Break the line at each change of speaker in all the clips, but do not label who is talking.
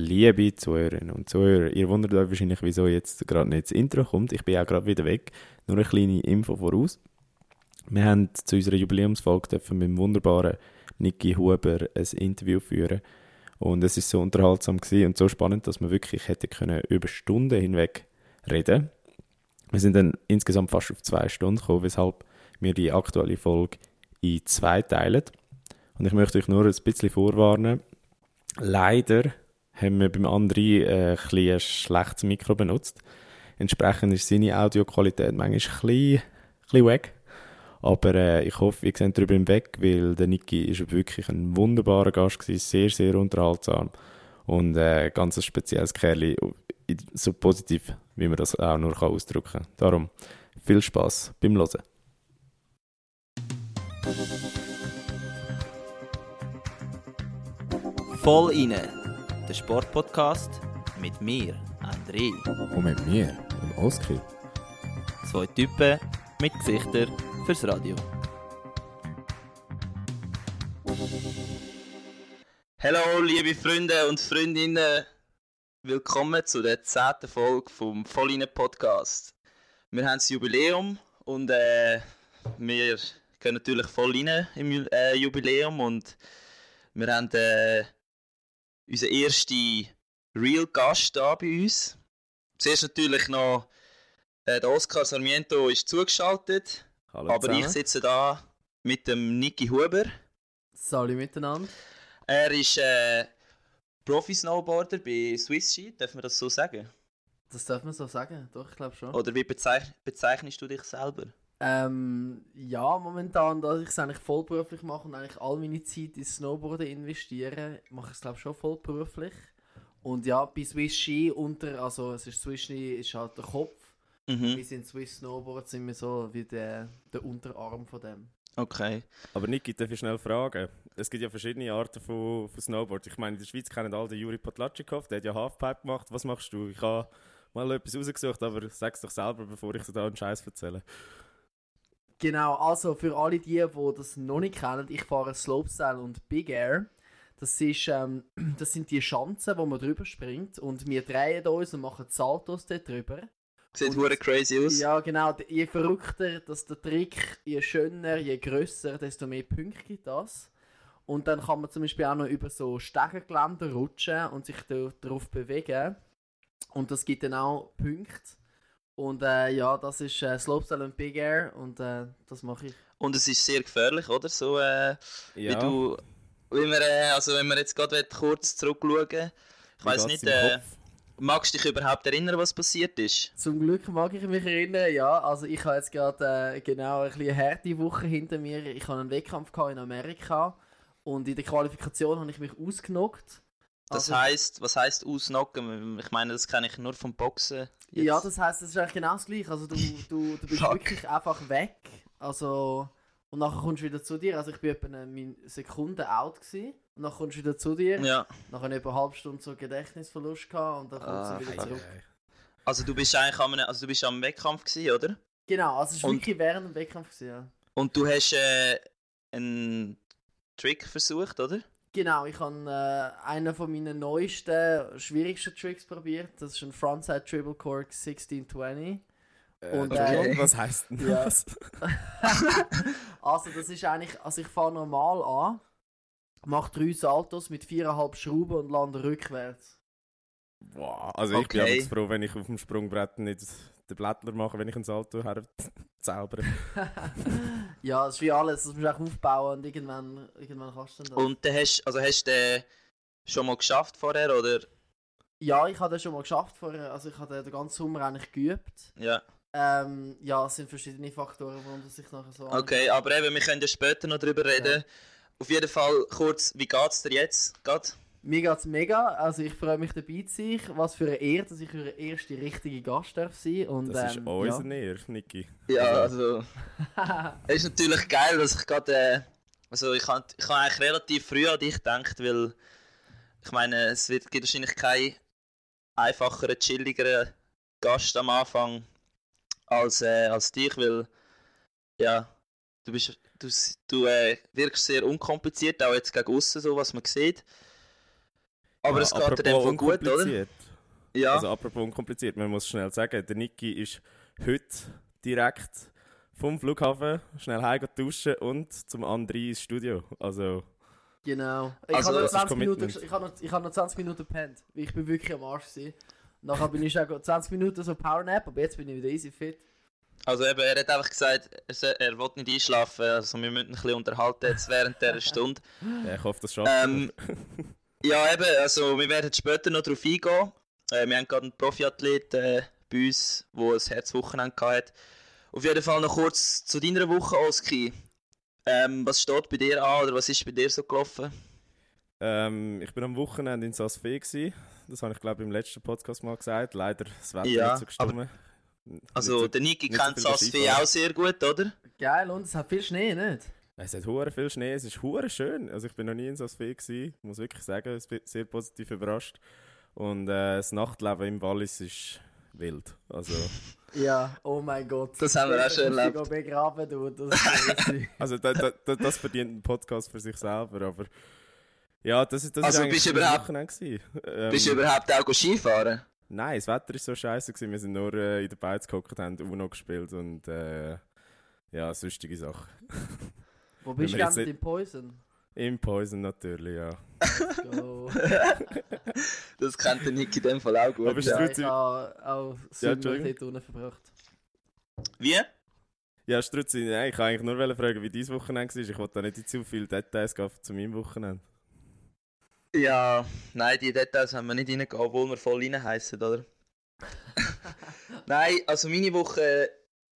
Liebe Zuhörerinnen und Zuhörer, ihr wundert euch wahrscheinlich, wieso jetzt gerade nicht das Intro kommt. Ich bin auch gerade wieder weg. Nur eine kleine Info voraus. Wir haben zu unserer Jubiläumsfolge dürfen mit dem wunderbaren Niki Huber ein Interview führen. Und es ist so unterhaltsam gewesen und so spannend, dass wir wirklich hätte können über Stunden hinweg reden. Wir sind dann insgesamt fast auf zwei Stunden gekommen, weshalb wir die aktuelle Folge in zwei teilen. Und ich möchte euch nur ein bisschen vorwarnen. Leider haben wir beim André äh, ein, bisschen ein schlechtes Mikro benutzt. Entsprechend ist seine Audioqualität manchmal ein bisschen, ein bisschen weg. Aber äh, ich hoffe, ihr seht darüber hinweg, weil der Niki ist wirklich ein wunderbarer Gast gewesen, sehr, sehr unterhaltsam und äh, ganz ein spezielles Kerl, so positiv, wie man das auch nur kann ausdrücken kann. Darum viel Spaß beim Hören.
Voll inne, der Sportpodcast mit mir, André.
Und mit mir, dem Oski.
Zwei Typen mit Gesichtern fürs Radio. Hallo, liebe Freunde und Freundinnen. Willkommen zu der zehnten Folge vom Voll inne Podcast. Wir haben das Jubiläum und äh, wir gehen natürlich voll rein im Ju- äh, Jubiläum und wir haben äh, unseren ersten Real Gast da bei uns. Zuerst natürlich noch äh, der Oscar Sarmiento ist zugeschaltet,
Hallo
aber ich sitze da mit dem Niki Huber.
Salut miteinander.
Er ist äh, Profi-Snowboarder bei Swiss Ski, darf man das so sagen?
Das darf man so sagen, doch, ich glaube schon.
Oder wie bezeich bezeichnest du dich selber?
Ähm, ja, momentan, da ich es eigentlich vollberuflich mache und eigentlich all meine Zeit ins Snowboarden investiere, mache ich es glaube schon vollberuflich. Und ja, bei Swiss Ski unter, also es ist Swiss Ski ist halt der Kopf. Wir
Mhm.
sind Swiss Snowboard, sind wir so wie der, der Unterarm von dem.
Okay.
Aber Niki, darf ich schnell fragen? Es gibt ja verschiedene Arten von, von Snowboard. Ich meine, in der Schweiz kennen alle den Juri Potlatschikow, der hat ja Halfpipe gemacht. Was machst du? Ich habe mal etwas rausgesucht, aber sag's doch selber, bevor ich dir da einen Scheiß erzähle.
Genau, also für alle die, die das noch nicht kennen, ich fahre Slopestyle und Big Air. Das, ist, ähm, das sind die Schanzen, wo man drüber springt und wir drehen uns und machen Saltos dort drüber.
Sieht
Und-
hure crazy aus.
Ja genau, d- je verrückter dass der Trick, je schöner, je grösser, desto mehr Punkte gibt das. Und dann kann man zum Beispiel auch noch über so Stegengeländer rutschen und sich da- drauf bewegen. Und das gibt dann auch Punkte. Und äh, ja, das ist äh, Slopestyle und Big Air und äh, das mache ich.
Und es ist sehr gefährlich, oder? So, äh, wie
Ja,
du, wenn wir, äh, also wenn wir jetzt gerade kurz zurückschauen,
wie
ich weiß
geht's
nicht,
im
äh,
Kopf?
magst du dich überhaupt erinnern, was passiert ist?
Zum Glück mag ich mich erinnern, ja. Also ich habe jetzt gerade äh, genau eine kleine harte Woche hinter mir. Ich habe einen Wettkampf gehabt in Amerika und in der Qualifikation habe ich mich ausgenockt.
Das
Also-
heisst, was heisst ausnocken? Ich meine, das kenne ich nur vom Boxen. jetzt.
Ja, das heisst, es ist eigentlich genau das gleiche. Also du, du, du bist
Fuck.
wirklich einfach weg. Also und nachher kommst du wieder zu dir. Also ich bin etwa eine Sekunde out gewesen. Und dann kommst du wieder zu dir.
ja.
Nachher etwa eine halbe Stunde so Gedächtnisverlust gehabt und dann kommst
Ah,
du wieder
fuck.
zurück.
Also du bist eigentlich am, also du bist am Wettkampf gewesen, oder?
Genau, also es war
Und-
wirklich während dem Wettkampf. Gewesen, ja.
Und du hast äh, einen Trick versucht, oder?
Genau, ich habe äh, einen von meinen neuesten, schwierigsten Tricks probiert. Das ist ein Frontside Triple Cork 1620.
Äh,
und,
Entschuldigung,
äh,
was heisst denn
ja.
das?
also das ist eigentlich, also ich fahre normal an, mache drei Saltos mit viereinhalb Schrauben und lande rückwärts.
Wow, also ich bin
Okay.
jetzt froh, wenn ich auf dem Sprungbrett nicht den Blättler mache, wenn ich einen Salto herzaubere.
ja, das ist wie alles, das musst du auch aufbauen und irgendwann, irgendwann kannst du dann das.
Und dann hast, also hast du den schon mal geschafft vorher, oder?
Ja, ich habe das schon mal geschafft vorher, also ich habe den ganzen Sommer eigentlich geübt.
Ja.
Ähm, ja, es sind verschiedene Faktoren, warum das sich nachher so
Okay, aber eben, wir können ja später noch drüber reden. Auf jeden Fall kurz, wie geht's dir jetzt? Geht?
Mir geht's mega, also ich freue mich dabei zu sein. Was für eine Ehre, dass ich eure erste richtige Gast darf sein und
Das
ähm,
ist unser Näher, Niki.
Ja, also.
ja.
Es ist natürlich geil, dass ich gerade. Äh, also, ich habe ich hab eigentlich relativ früh an dich gedacht, weil. Ich meine, es wird, gibt wahrscheinlich keinen einfacheren, chilligeren Gast am Anfang als, äh, als dich, weil. Ja, du bist. Du, s- du äh, wirkst sehr unkompliziert, auch jetzt gegen außen, so was man sieht. Aber es geht dir dem Fall gut, oder?
unkompliziert.
Ja,
Also apropos unkompliziert, man muss schnell sagen, der Niki ist heute direkt vom Flughafen schnell heim duschen und zum André ins Studio. Also,
Genau. Ich
Also,
habe noch
das
ist
20 Minuten,
Commitment.
ich habe noch, ich habe noch 20 Minuten gepennt, weil ich bin wirklich am Arsch gewesen. Nachher bin ich auch 20 Minuten so Powernap, aber jetzt bin ich wieder easy fit.
also eben, er hat einfach gesagt, er, se- er will nicht einschlafen, also wir müssen ihn ein bisschen unterhalten jetzt während dieser Stunde.
ja, ich hoffe, das schafft er.
Ähm, ja, eben, also wir werden später noch darauf eingehen. Äh, wir haben gerade einen Profiathlet äh, bei uns, der ein Herzwochenende hatte. Auf jeden Fall noch kurz zu deiner Woche, Oski. Ähm, was steht bei dir an oder was ist bei dir so gelaufen?
Ähm, ich bin am Wochenende in Saas Fee gsi. Das habe ich, glaube ich, im letzten Podcast mal gesagt. Leider das Wetter
Ja,
nicht so gestimmt.
Also,
Nicht so-
der Niki
nicht so
kennt
viel über
Sassfee
Skifahren. Ähm.
auch sehr gut, oder?
Geil, und es hat viel Schnee, nicht?
es hat hure viel Schnee, es ist hure schön. Also ich bin noch nie in Saas Fee gsi. muss wirklich sagen, ich bin sehr positiv überrascht. Und äh, das Nachtleben im Wallis ist wild. Also,
Ja, oh mein Gott.
Das haben wir auch schon erlebt.
Ich begraben, du. Das ist crazy.
also da, da, da, das verdient ein Podcast für sich selber, aber ja, das, ist- das
Also,
ist eigentlich
bist du
mein
überhaupt-
Wochenende gsi. Ähm,
Bist du überhaupt auch Skifahren?
Nein, das Wetter ist so scheiße gewesen. Wir sind nur äh, in der Beiz gehockt, haben Uno gespielt und äh, ja, sonstige Sachen.
Wo bist
Wenn wir
du
jetzt
ganz in Poison?
Im Poison natürlich, ja.
Go.
Das kennt der Niki in dem Fall auch gut.
Aber ist
ja.
das- trotzdem-
ja, ich habe auch
Ja,
Sommer
Entschuldigung.
dort unten verbracht.
Wie?
Ja, Strutzi, nein, ich wollte eigentlich nur wollen fragen, wie dein Wochenende war. Ich wollte da nicht in zu viele Details gehen zu meinem Wochenende.
Ja, nein, die Details haben wir nicht reingegeben, obwohl wir voll rein heissen, oder? nein, also meine Woche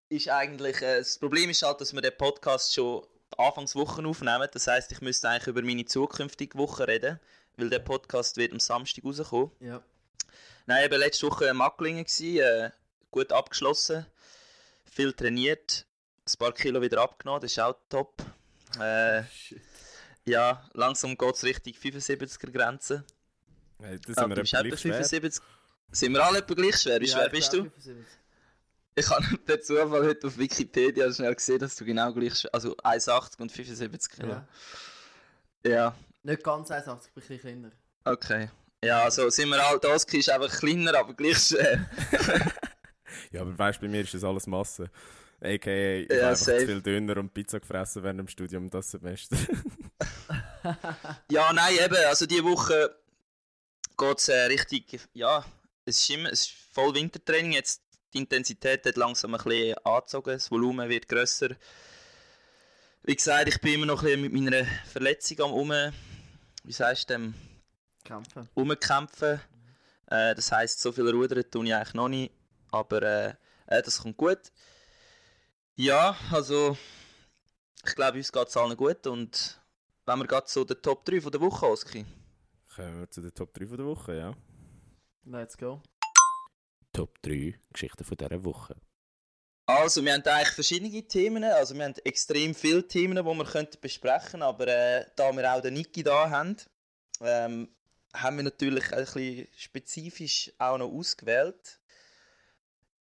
ist eigentlich. Äh, das Problem ist halt, dass wir den Podcast schon Anfangswochen aufnehmen. Das heisst, ich müsste eigentlich über meine zukünftige Woche reden, weil der Podcast wird am Samstag rauskommen.
Ja.
Nein, ich war letzte Woche in Macklingen, gewesen, äh, gut abgeschlossen, viel trainiert, ein paar Kilo wieder abgenommen, das ist auch top. Äh, ja, langsam geht es Richtung 75er-Grenze.
Hey, da
Ah,
sind
du
wir
bist
etwa
etwa
gleich schwer.
75. Sind wir alle etwa gleich schwer? Wie
Ja,
schwer
ich
bist
bin
du?
auch 75.
Ich habe per Zufall heute auf Wikipedia schnell gesehen, dass du genau gleich schwer Also 1,80 und 75 Kilo.
Ja.
Ja. ja,
Nicht ganz 1,80, ich bin ein bisschen kleiner.
okay. Ja, also sind wir alle, das ist einfach kleiner, aber gleich schwer.
Ja, aber weißt du, bei mir ist das alles Masse. A.k.a. ich
Ja,
habe einfach
safe.
zu viel Döner und Pizza gefressen während dem Studium das Semester.
Ja, nein, eben, also diese Woche geht es äh, richtig, ja, es ist immer, es ist voll Wintertraining, jetzt die Intensität hat langsam ein bisschen angezogen, das Volumen wird grösser. Wie gesagt, ich bin immer noch ein bisschen mit meiner Verletzung am um, wie sagst du dem,
Kämpfen.
umkämpfen. Äh, das heisst, so viel Rudern tue ich eigentlich noch nicht, aber äh, äh, das kommt gut. Ja, also ich glaube, uns geht es allen gut und wenn wir gerade so den Top 3 von der Woche ausgehen.
Kommen wir zu den Top 3 von der Woche, ja.
Let's go.
Top 3 Geschichten von dieser Woche.
Also, wir haben da eigentlich verschiedene Themen, also wir haben extrem viele Themen, die wir könnten besprechen aber äh, da wir auch den Niki da haben, ähm, haben wir natürlich ein bisschen spezifisch auch noch ausgewählt.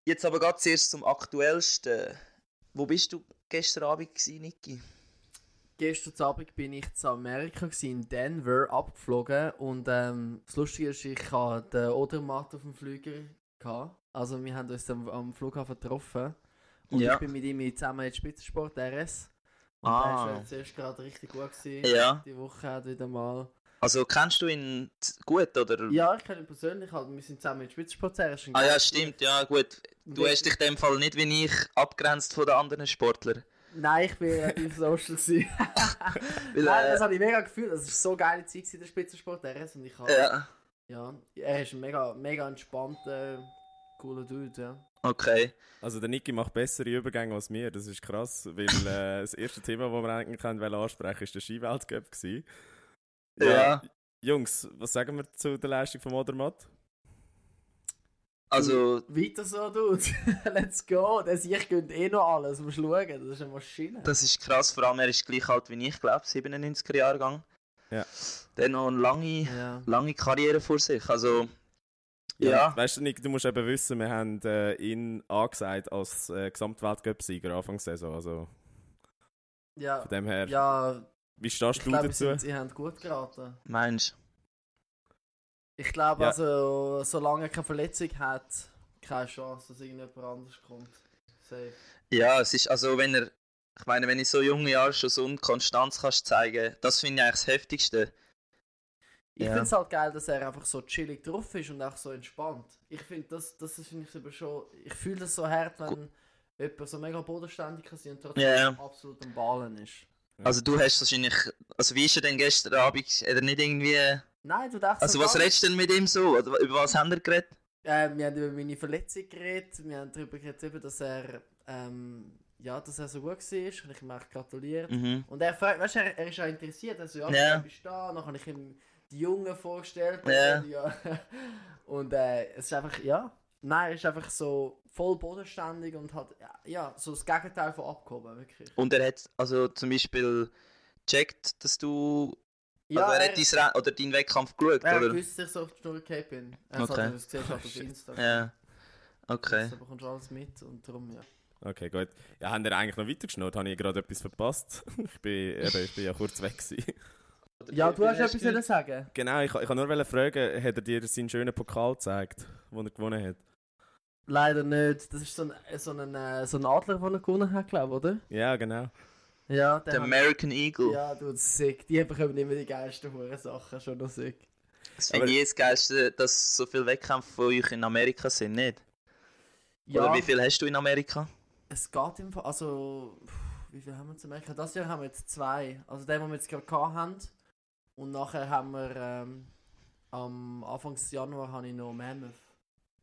Jetzt aber gerade zuerst zum aktuellsten. Wo bist du gestern Abend gewesen, Niki?
Gestern Abend bin ich zu Amerika, gewesen, in Denver, abgeflogen. Und ähm, das Lustige ist, ich hatte den Odermatt auf dem Flüger. Gehabt. Also, wir haben uns am, am Flughafen getroffen. Und
Ja.
ich bin mit ihm in- zusammen in den Spitzensport RS. Und
Ah.
der war zuerst gerade richtig gut. Gewesen.
Ja.
Die Woche hat wieder mal.
Also, kennst du ihn z- gut, oder?
Ja, ich kenne ihn persönlich, halt, wir sind zusammen in den Spitzensport RS.
Ah ja, stimmt, ja, gut. Du hast dich in dem Fall nicht wie ich abgrenzt von den anderen Sportlern.
Nein, ich bin relativ social. gewesen.
Weil,
Nein, also
äh,
das habe ich mega gefühlt. Das war so geile Zeit gewesen, der Spitzensport RS. Und ich habe.
ja,
Ja, er ist ein mega, mega entspannter, cooler Dude, ja.
okay.
Also der Niki macht bessere Übergänge als mir, das ist krass, weil äh, das erste Thema, das wir eigentlich haben wollten ansprechen, ist der Skiweltcup gewesen.
Ja.
Jungs, was sagen wir zu der Leistung von Modermatt?
Also,
Weiter so, Dude. Let's go. Der sich gönnt eh noch alles. Musst schauen, das ist eine Maschine.
Das ist krass, vor allem er ist gleich alt wie ich, glaube 97er Jahrgang.
Ja.
Der hat noch eine lange,
Ja.
lange Karriere vor sich. Also, ja,
Weißt du, Nick, du musst eben wissen, wir haben äh, ihn angesagt als äh, Gesamtweltcup-Sieger Anfangssaison. Also
Ja,
von dem her,
ja
wie stehst
ich
du
glaube,
dazu?
sie, sie haben gut geraten.
meinst
Ich glaube,
Ja.
also, solange er keine Verletzung hat, keine Chance, dass irgendjemand anders kommt. Safe.
Ja, es ist also, wenn er, ich meine, wenn in so jungen Jahren schon so eine Konstanz kannst zeigen, das finde ich eigentlich das Heftigste.
Ich
Ja.
finde es halt geil, dass er einfach so chillig drauf ist und auch so entspannt. Ich finde das, das ist finde ich aber schon, ich fühle das so hart, wenn jemand so mega bodenständig kann sein und trotzdem
Ja.
absolut am Ballen ist.
Also du hast wahrscheinlich, also wie ist er denn gestern Abend, hat er nicht irgendwie,
Nein, du dachtest
also was redest du denn mit ihm so, oder über was haben wir geredet?
Äh, wir haben über meine Verletzung geredet, wir haben darüber geredet, eben, dass er, ähm, ja, dass er so gut war und ich ihm echt gratuliert.
Mhm.
Und er fragt, weißt du, er, er ist auch interessiert, also ja,
Ja.
du bist da, dann habe ich ihm die Jungen vorgestellt.
Ja.
Und, ja. und äh, es ist einfach, ja, nein, er ist einfach so voll bodenständig und hat, ja, ja so das Gegenteil von abgehoben, wirklich.
Und er hat also zum Beispiel gecheckt, dass du,
Ja,
also er,
er,
hat dein Rennen oder deinen Wettkampf geschaut,
er
oder?
gewusst, dass ich so auf die Schnur gehabt bin. Er
Okay.
hat es gesehen, hat auf Instagram.
Ja, okay.
Das bekommst du alles mit und darum, ja.
Okay, gut. Ja, haben ihr eigentlich noch weitergeschnurrt? Habe ich gerade etwas verpasst? ich, bin, eben, ich bin ja kurz weg gewesen.
Ja, du hast etwas zu sagen?
Genau, ich, ich wollte nur fragen, hat er dir seinen schönen Pokal gezeigt, den er gewonnen hat?
Leider nicht. Das ist so ein, so ein, äh, so ein Adler, den er gewonnen hat, glaube ich, oder?
Ja, genau.
Ja, der
Der American Eagle.
Ja, du, sick. Die bekommen immer die geilsten Hurensachen, schon noch sick.
Das finde
Aber-
ich das Geilste, dass so viele Wettkämpfe von euch in Amerika sind, nicht? Oder wie viel hast du in Amerika?
Es geht im Fall, also, pff, wie viel haben wir zu merken? Das Jahr haben wir jetzt zwei. Also den, den wir jetzt gerade gehabt haben. Und nachher haben wir, ähm, am Anfang des Januar habe ich noch Mammoth.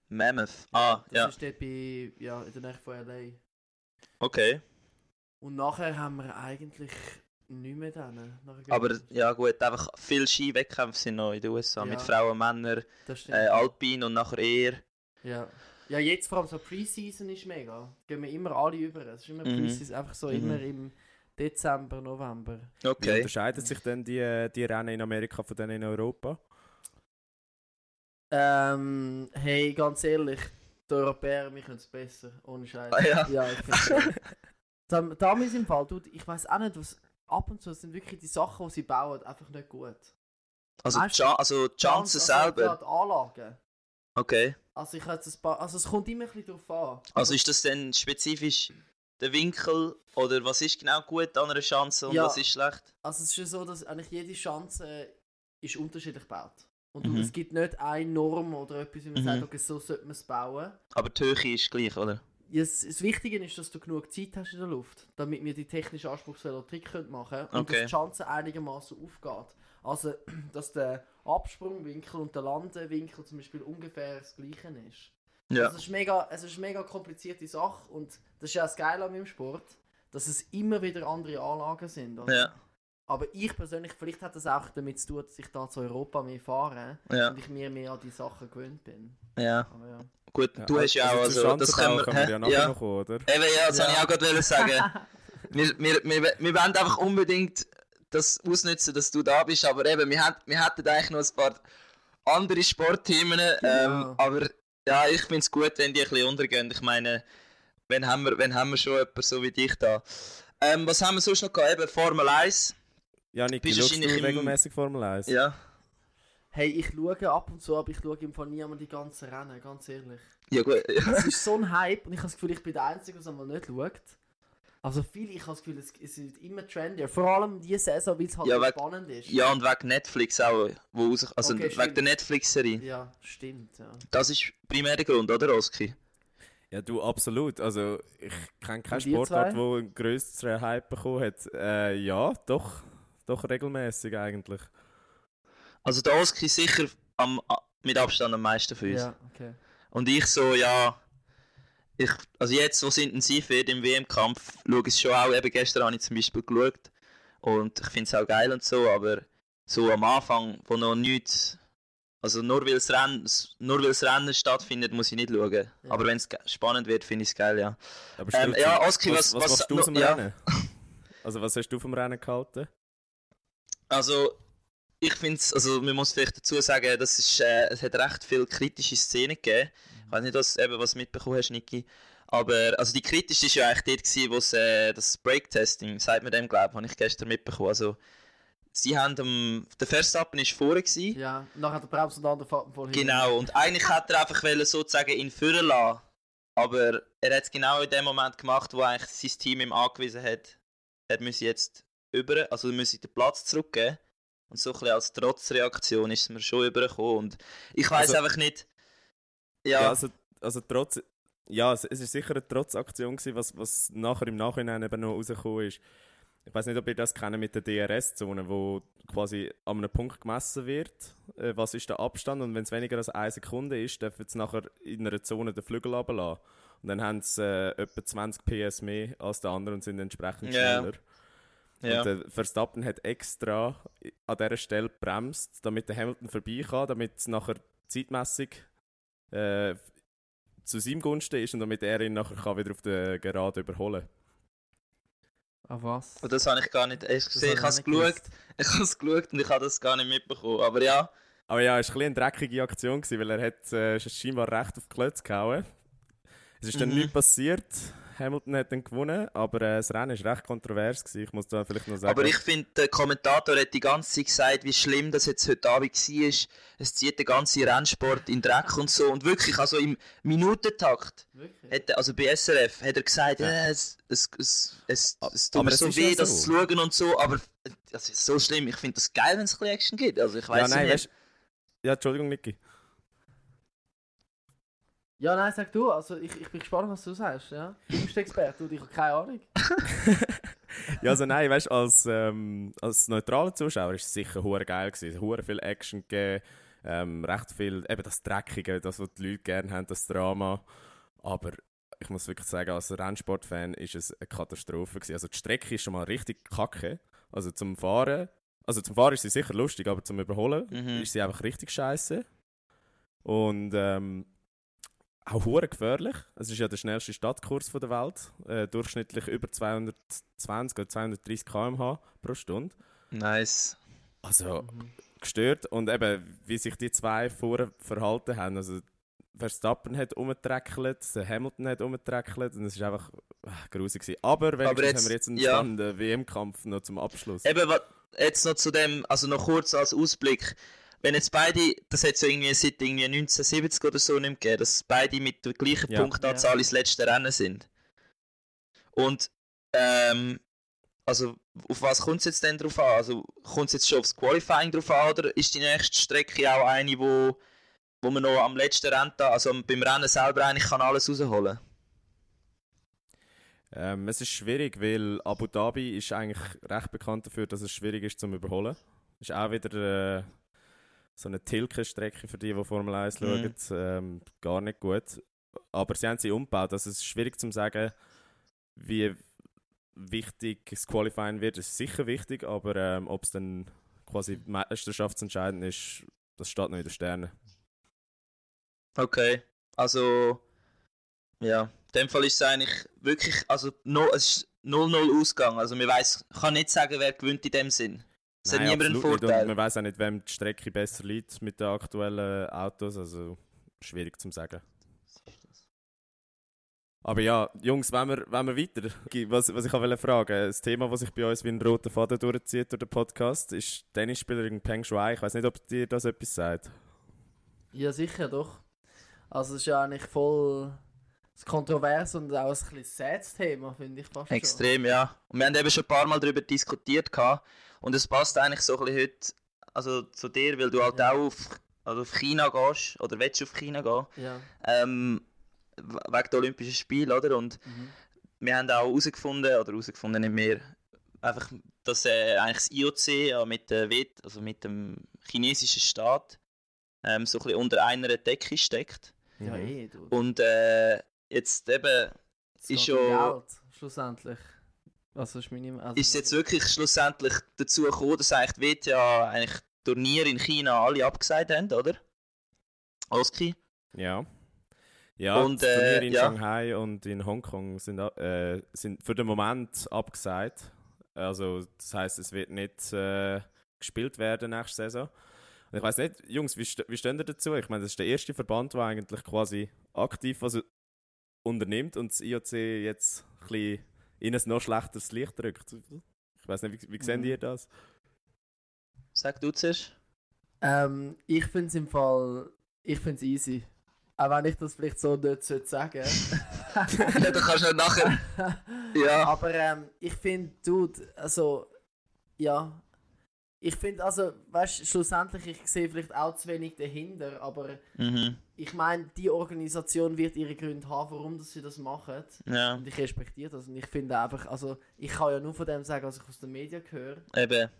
Mammoth. Ah,
Das
ja.
ist dort bei, ja, in der Nähe von L.A.
Okay.
Und nachher haben wir eigentlich nicht mehr dann. Nachher gehen
Aber
wir-
ja gut, einfach viele Skiwettkämpfe sind noch in den USA.
Ja.
Mit Frauen, Männern,
das stimmt.
äh, Alpin und nachher eher.
Ja. Ja, jetzt vor allem so Preseason ist mega. Gehen wir immer alle über. Es ist immer
Mhm.
Preseason, einfach so
Mhm.
immer im Dezember, November.
Wie
Okay.
unterscheiden sich denn die, die Rennen in Amerika von denen in Europa?
Ähm, hey, ganz ehrlich, die Europäer, wir können es besser, ohne Scheiß.
Ah, ja.
ich finde es Damals im Fall, du, ich weiß auch nicht, was ab und zu sind wirklich die Sachen, die sie bauen, einfach nicht gut.
Also,
Weißt du,
Cha also Chancen
Also, also, Ja,
selber.
die Anlagen.
Okay.
Also, ich habe jetzt ein paar, also es kommt immer ein bisschen drauf an.
Also ist das denn spezifisch der Winkel oder was ist genau gut an einer Chance und
Ja.
was ist schlecht?
Also es ist ja so, dass eigentlich jede Chance äh, ist unterschiedlich gebaut. Und
Mhm.
es gibt nicht eine Norm oder etwas, wie man
Mhm.
sagt, okay, so sollte man es bauen.
Aber die Höhe ist gleich, oder?
Das, das Wichtige ist, dass du genug Zeit hast in der Luft, damit wir die technisch anspruchsvolle Trick können machen und
Okay.
dass die Chance einigermaßen aufgeht. Also, dass der Absprungwinkel und der Landewinkel zum Beispiel ungefähr das gleiche ist.
Ja.
Also, es ist mega, es ist eine mega komplizierte Sache und das ist ja das Geile an meinem Sport, dass es immer wieder andere Anlagen sind. Also, Oder?
Ja,
Aber ich persönlich, vielleicht hat das auch damit zu tun, dass ich da zu Europa mehr fahre
ja,
und ich mir mehr an die Sachen gewöhnt bin.
ja.
Aber ja.
Gut, du hast ja auch,
zu
also, das können
Schanzenbau
wir,
können wir ja
hä?
nachher
ja.
noch kommen, oder?
Eben, ja, das
Ja.
wollte ich auch gerade wollen sagen. wir, wir, wir, wir wollen einfach unbedingt das ausnutzen, dass du da bist, aber eben, wir, hat, wir hätten eigentlich noch ein paar andere Sportthemen, ähm,
Genau.
aber ja, ich finde es gut, wenn die ein bisschen untergehen. Ich meine, wenn haben wir, wenn haben wir schon jemanden so wie dich da? Ähm, was haben wir sonst noch gehabt? Eben Formel 1.
Janik,
Bist
schaust du
wahrscheinlich im-
regelmäßig Formel 1?
Ja.
Hey, ich schaue ab und zu, aber ich schaue im Fall nie einmal die ganzen Rennen, ganz ehrlich.
Ja, gut.
Es ist so ein Hype und ich habe das Gefühl, ich bin der Einzige, der es einmal nicht schaut. Also viele, ich habe das Gefühl, es, es wird immer trendier. Vor allem diese Saison, weil es halt
Ja,
so
weil-
spannend ist.
Ja, und wegen Netflix auch, wo raus, also
Okay,
wegen
stimmt.
der Netflix-Serie.
Ja, stimmt, ja.
Das ist primär der Grund, oder, Oski?
Ja, du, absolut. Also, ich kenne keinen
Und ihr
Sportart,
zwei?
der einen grösseren Hype bekommen hat. Äh, ja, doch. Doch regelmäßig eigentlich.
Also der Oski sicher am, a- mit Abstand am meisten für uns.
Ja, okay.
Und ich so, ja. Ich, also jetzt, wo es intensiv wird im WM-Kampf, schaue ich es schon auch. Eben gestern habe ich zum Beispiel geschaut. Und ich finde es auch geil und so, aber so am Anfang, wo noch nichts. Also nur weil das Rennen, s- nur weil das Rennen stattfindet, muss ich nicht schauen.
Ja.
Aber wenn es ge- spannend wird, finde ich es geil, ja.
Aber
Ähm,
Sturzi,
ja, Oski,
was,
was-
was,
was-
machst du aus dem
ja.
Rennen? Also, was hast du vom Rennen gehalten?
Also, ich finde es, also man muss vielleicht dazu sagen, das ist, äh, es hat recht viele kritische Szenen gegeben. Ich weiß nicht, was, eben, was du mitbekommen hast, Niki. Aber also die kritischste war ja eigentlich dort, gewesen, wo es, äh, das Breaktesting, sagt man dem, glaube ich, habe ich gestern mitbekommen. Also, Sie haben am, der Verstappen ist vorne gewesen.
Ja, nachher der Brems und der andere fährt voll hin.
Genau, und eigentlich hätte er einfach wollen, sozusagen ihn führen lassen. Aber er hat es genau in dem Moment gemacht, wo eigentlich sein Team ihm angewiesen hat, er müsse jetzt über, also müsse den Platz zurückgeben. Und so ein bisschen als Trotzreaktion ist es mir schon übergekommen. Und ich weiß
Also-
einfach nicht.
Ja,
Ja,
also, also trotz. Ja, es, es ist sicher eine Trotzaktion, gewesen, was, was nachher im Nachhinein eben noch rausgekommen ist. Ich weiß nicht, ob ihr das kennt mit der DRS-Zone, wo quasi an einem Punkt gemessen wird, äh, was ist der Abstand und wenn es weniger als eine Sekunde ist, dürfen sie nachher in einer Zone den Flügel runterlassen. Und dann haben sie äh, etwa 20 PS mehr als der andere und sind entsprechend
Ja.
schneller.
ja.
Und der Verstappen hat extra an dieser Stelle bremst, damit der Hamilton vorbeikommt, damit es nachher zeitmässig äh, zu seinem Gunsten ist und damit er ihn nachher kann wieder auf der Gerade überholen kann.
Ah, was?
Und das habe ich gar nicht. Ich,
Das
gesehen, ich
hab
habe
ich
es
auch nicht
geschaut, ich habe es geschaut und ich habe das gar nicht mitbekommen. Aber ja,
Aber ja, es war ein bisschen eine dreckige Aktion, gewesen, weil er hat äh, scheinbar recht auf die Klötze gehauen. Es ist dann
Mhm.
nichts passiert. Hamilton hat dann gewonnen, aber äh, das Rennen war recht kontrovers. Gewesen. Ich muss da vielleicht noch sagen.
aber ich finde, der Kommentator hat die ganze Zeit gesagt, wie schlimm das jetzt heute Abend war. Es zieht den ganzen Rennsport in den Dreck und so. Und wirklich, also im Minutentakt,
Wirklich?
hat, er- also bei SRF, hat er gesagt, äh, es, es, es, es, es tut
Aber
mir
es
so
ist
weh,
ja
das
so.
zu schauen und so. Aber äh, das ist so schlimm. Ich finde das geil, wenn es ein bisschen Action gibt. Also ich
ja,
weiß
nein,
nicht.
weißt, ja, Entschuldigung, Niki.
Ja, nein, sag du. Also, ich, ich bin gespannt, was du sagst. Ja? Du bist der Experte und ich habe keine Ahnung.
Ja, also nein, weißt du, als, ähm, als neutraler Zuschauer war es sicher hure geil. gewesen. Hure viel Action gegeben, ähm, recht viel, eben das Dreckige, das, was die Leute gerne haben, das Drama. Aber ich muss wirklich sagen, als Rennsportfan ist es eine Katastrophe. Gewesen. Also die Strecke ist schon mal richtig kacke. Also zum Fahren, also zum Fahren ist sie sicher lustig, aber zum Überholen
Mhm.
ist sie einfach richtig scheiße. Und ähm, auch hure gefährlich. Es ist ja der schnellste Stadtkurs von der Welt. Äh, durchschnittlich über 220 oder 230 km/h pro Stunde.
Nice.
Also
Mhm.
gestört. Und eben, wie sich die zwei vorher verhalten haben. Also Verstappen hat umgetreckelt, der Hamilton hat umgetreckelt und es ist einfach äh, grusig. gewesen. Aber wenigstens
jetzt-
haben wir jetzt einen
ja.
spannenden WM-Kampf noch zum Abschluss.
Eben, wa- jetzt noch zu dem, also noch kurz als Ausblick. Wenn jetzt beide, das hat es ja irgendwie seit irgendwie 1970 oder so nicht mehr gegeben, dass beide mit der gleichen
Ja.
Punktanzahl ins letzte Rennen sind. Und, ähm, also auf was kommt es jetzt denn drauf an? Also kommt es jetzt schon aufs Qualifying drauf an oder ist die nächste Strecke auch eine, wo, wo man noch am letzten Renntag, also am- beim Rennen selber eigentlich kann alles rausholen?
Ähm, es ist schwierig, weil Abu Dhabi ist eigentlich recht bekannt dafür, dass es schwierig ist zum Überholen. Ist auch wieder äh, so eine Tilke-Strecke für die, die Formel 1
Mhm.
schauen. Ähm, gar nicht gut. Aber sie haben sie umgebaut. Also es ist schwierig zu sagen, wie wichtig das Qualifying wird. Es ist sicher wichtig, aber ähm, ob es dann quasi meisterschaftsentscheidend ist, das steht noch in den Sternen.
Okay, also ja, in dem Fall ist es eigentlich wirklich, also no, es ist 0-0 Ausgang, also man weiß, kann nicht sagen, wer gewinnt in dem Sinn. Es hat
Nein,
niemand einen
absolut nicht. Und
Vorteil.
man weiß auch nicht, wem die Strecke besser liegt mit den aktuellen Autos. Also schwierig zu sagen. Aber ja, Jungs, wenn wir, wenn wir weiter, was, was ich auch wollte fragen das Thema, das sich bei uns wie ein roter Faden durchzieht durch den Podcast, ist die Tennisspielerin Peng Shuai. Ich weiß nicht, ob dir das etwas sagt.
Ja, sicher, doch. Also, es ist ja eigentlich voll das kontrovers und auch ein bisschen sades Thema, finde ich fast.
Extrem, ja. Und wir haben eben schon ein paar Mal darüber diskutiert gehabt, und es passt eigentlich so ein bisschen heute, also zu dir, weil du halt
Ja.
auch auf, also auf China gehst, oder willst auf China gehen,
Schon. Ja.
ähm, we- wegen der Olympischen Spiele, oder? Und
Mhm.
wir haben auch herausgefunden, oder herausgefunden nicht mehr, einfach, dass äh, eigentlich das IOC ja mit, der WET, also mit dem chinesischen Staat ähm, so ein bisschen unter einer Decke steckt.
Ja,
Mhm.
eh, du.
Und äh, jetzt eben
Es
ist
geht um
ja-
Geld, schlussendlich. Also, ist meine. Also,
ist es jetzt wirklich schlussendlich dazu gekommen, dass eigentlich die WTA eigentlich Turniere in China alle abgesagt haben, oder? Oski?
Ja. Ja,
Und,
und, das Turnier
äh,
in
ja.
Shanghai und in Hongkong sind, a- äh, sind für den Moment abgesagt. Also das heißt, es wird nicht äh, gespielt werden nächste Saison. Und ich weiß nicht, Jungs, wie, ste wie stehen ihr dazu? Ich meine, das ist der erste Verband, der eigentlich quasi aktiv was unternimmt und das IOC jetzt ein bisschen in ein noch schlechteres Licht drückt. Ich weiß nicht, wie, wie seht
Mhm.
ihr das?
Sag du zuerst.
Ähm, ich finde es im Fall. Ich finde es easy. Auch wenn ich das vielleicht so nicht sollte sagen
ja, du kannst ja nachher. Ja.
Aber ähm, ich finde, Dude, also, ja. Ich finde, also, weißt du, schlussendlich, ich sehe vielleicht auch zu wenig dahinter, aber
Mhm.
ich meine, die Organisation wird ihre Gründe haben, warum dass sie das machen.
Ja.
Und ich respektiere das. Und ich finde einfach, also, ich kann ja nur von dem sagen, was ich aus den Medien höre.
Eben.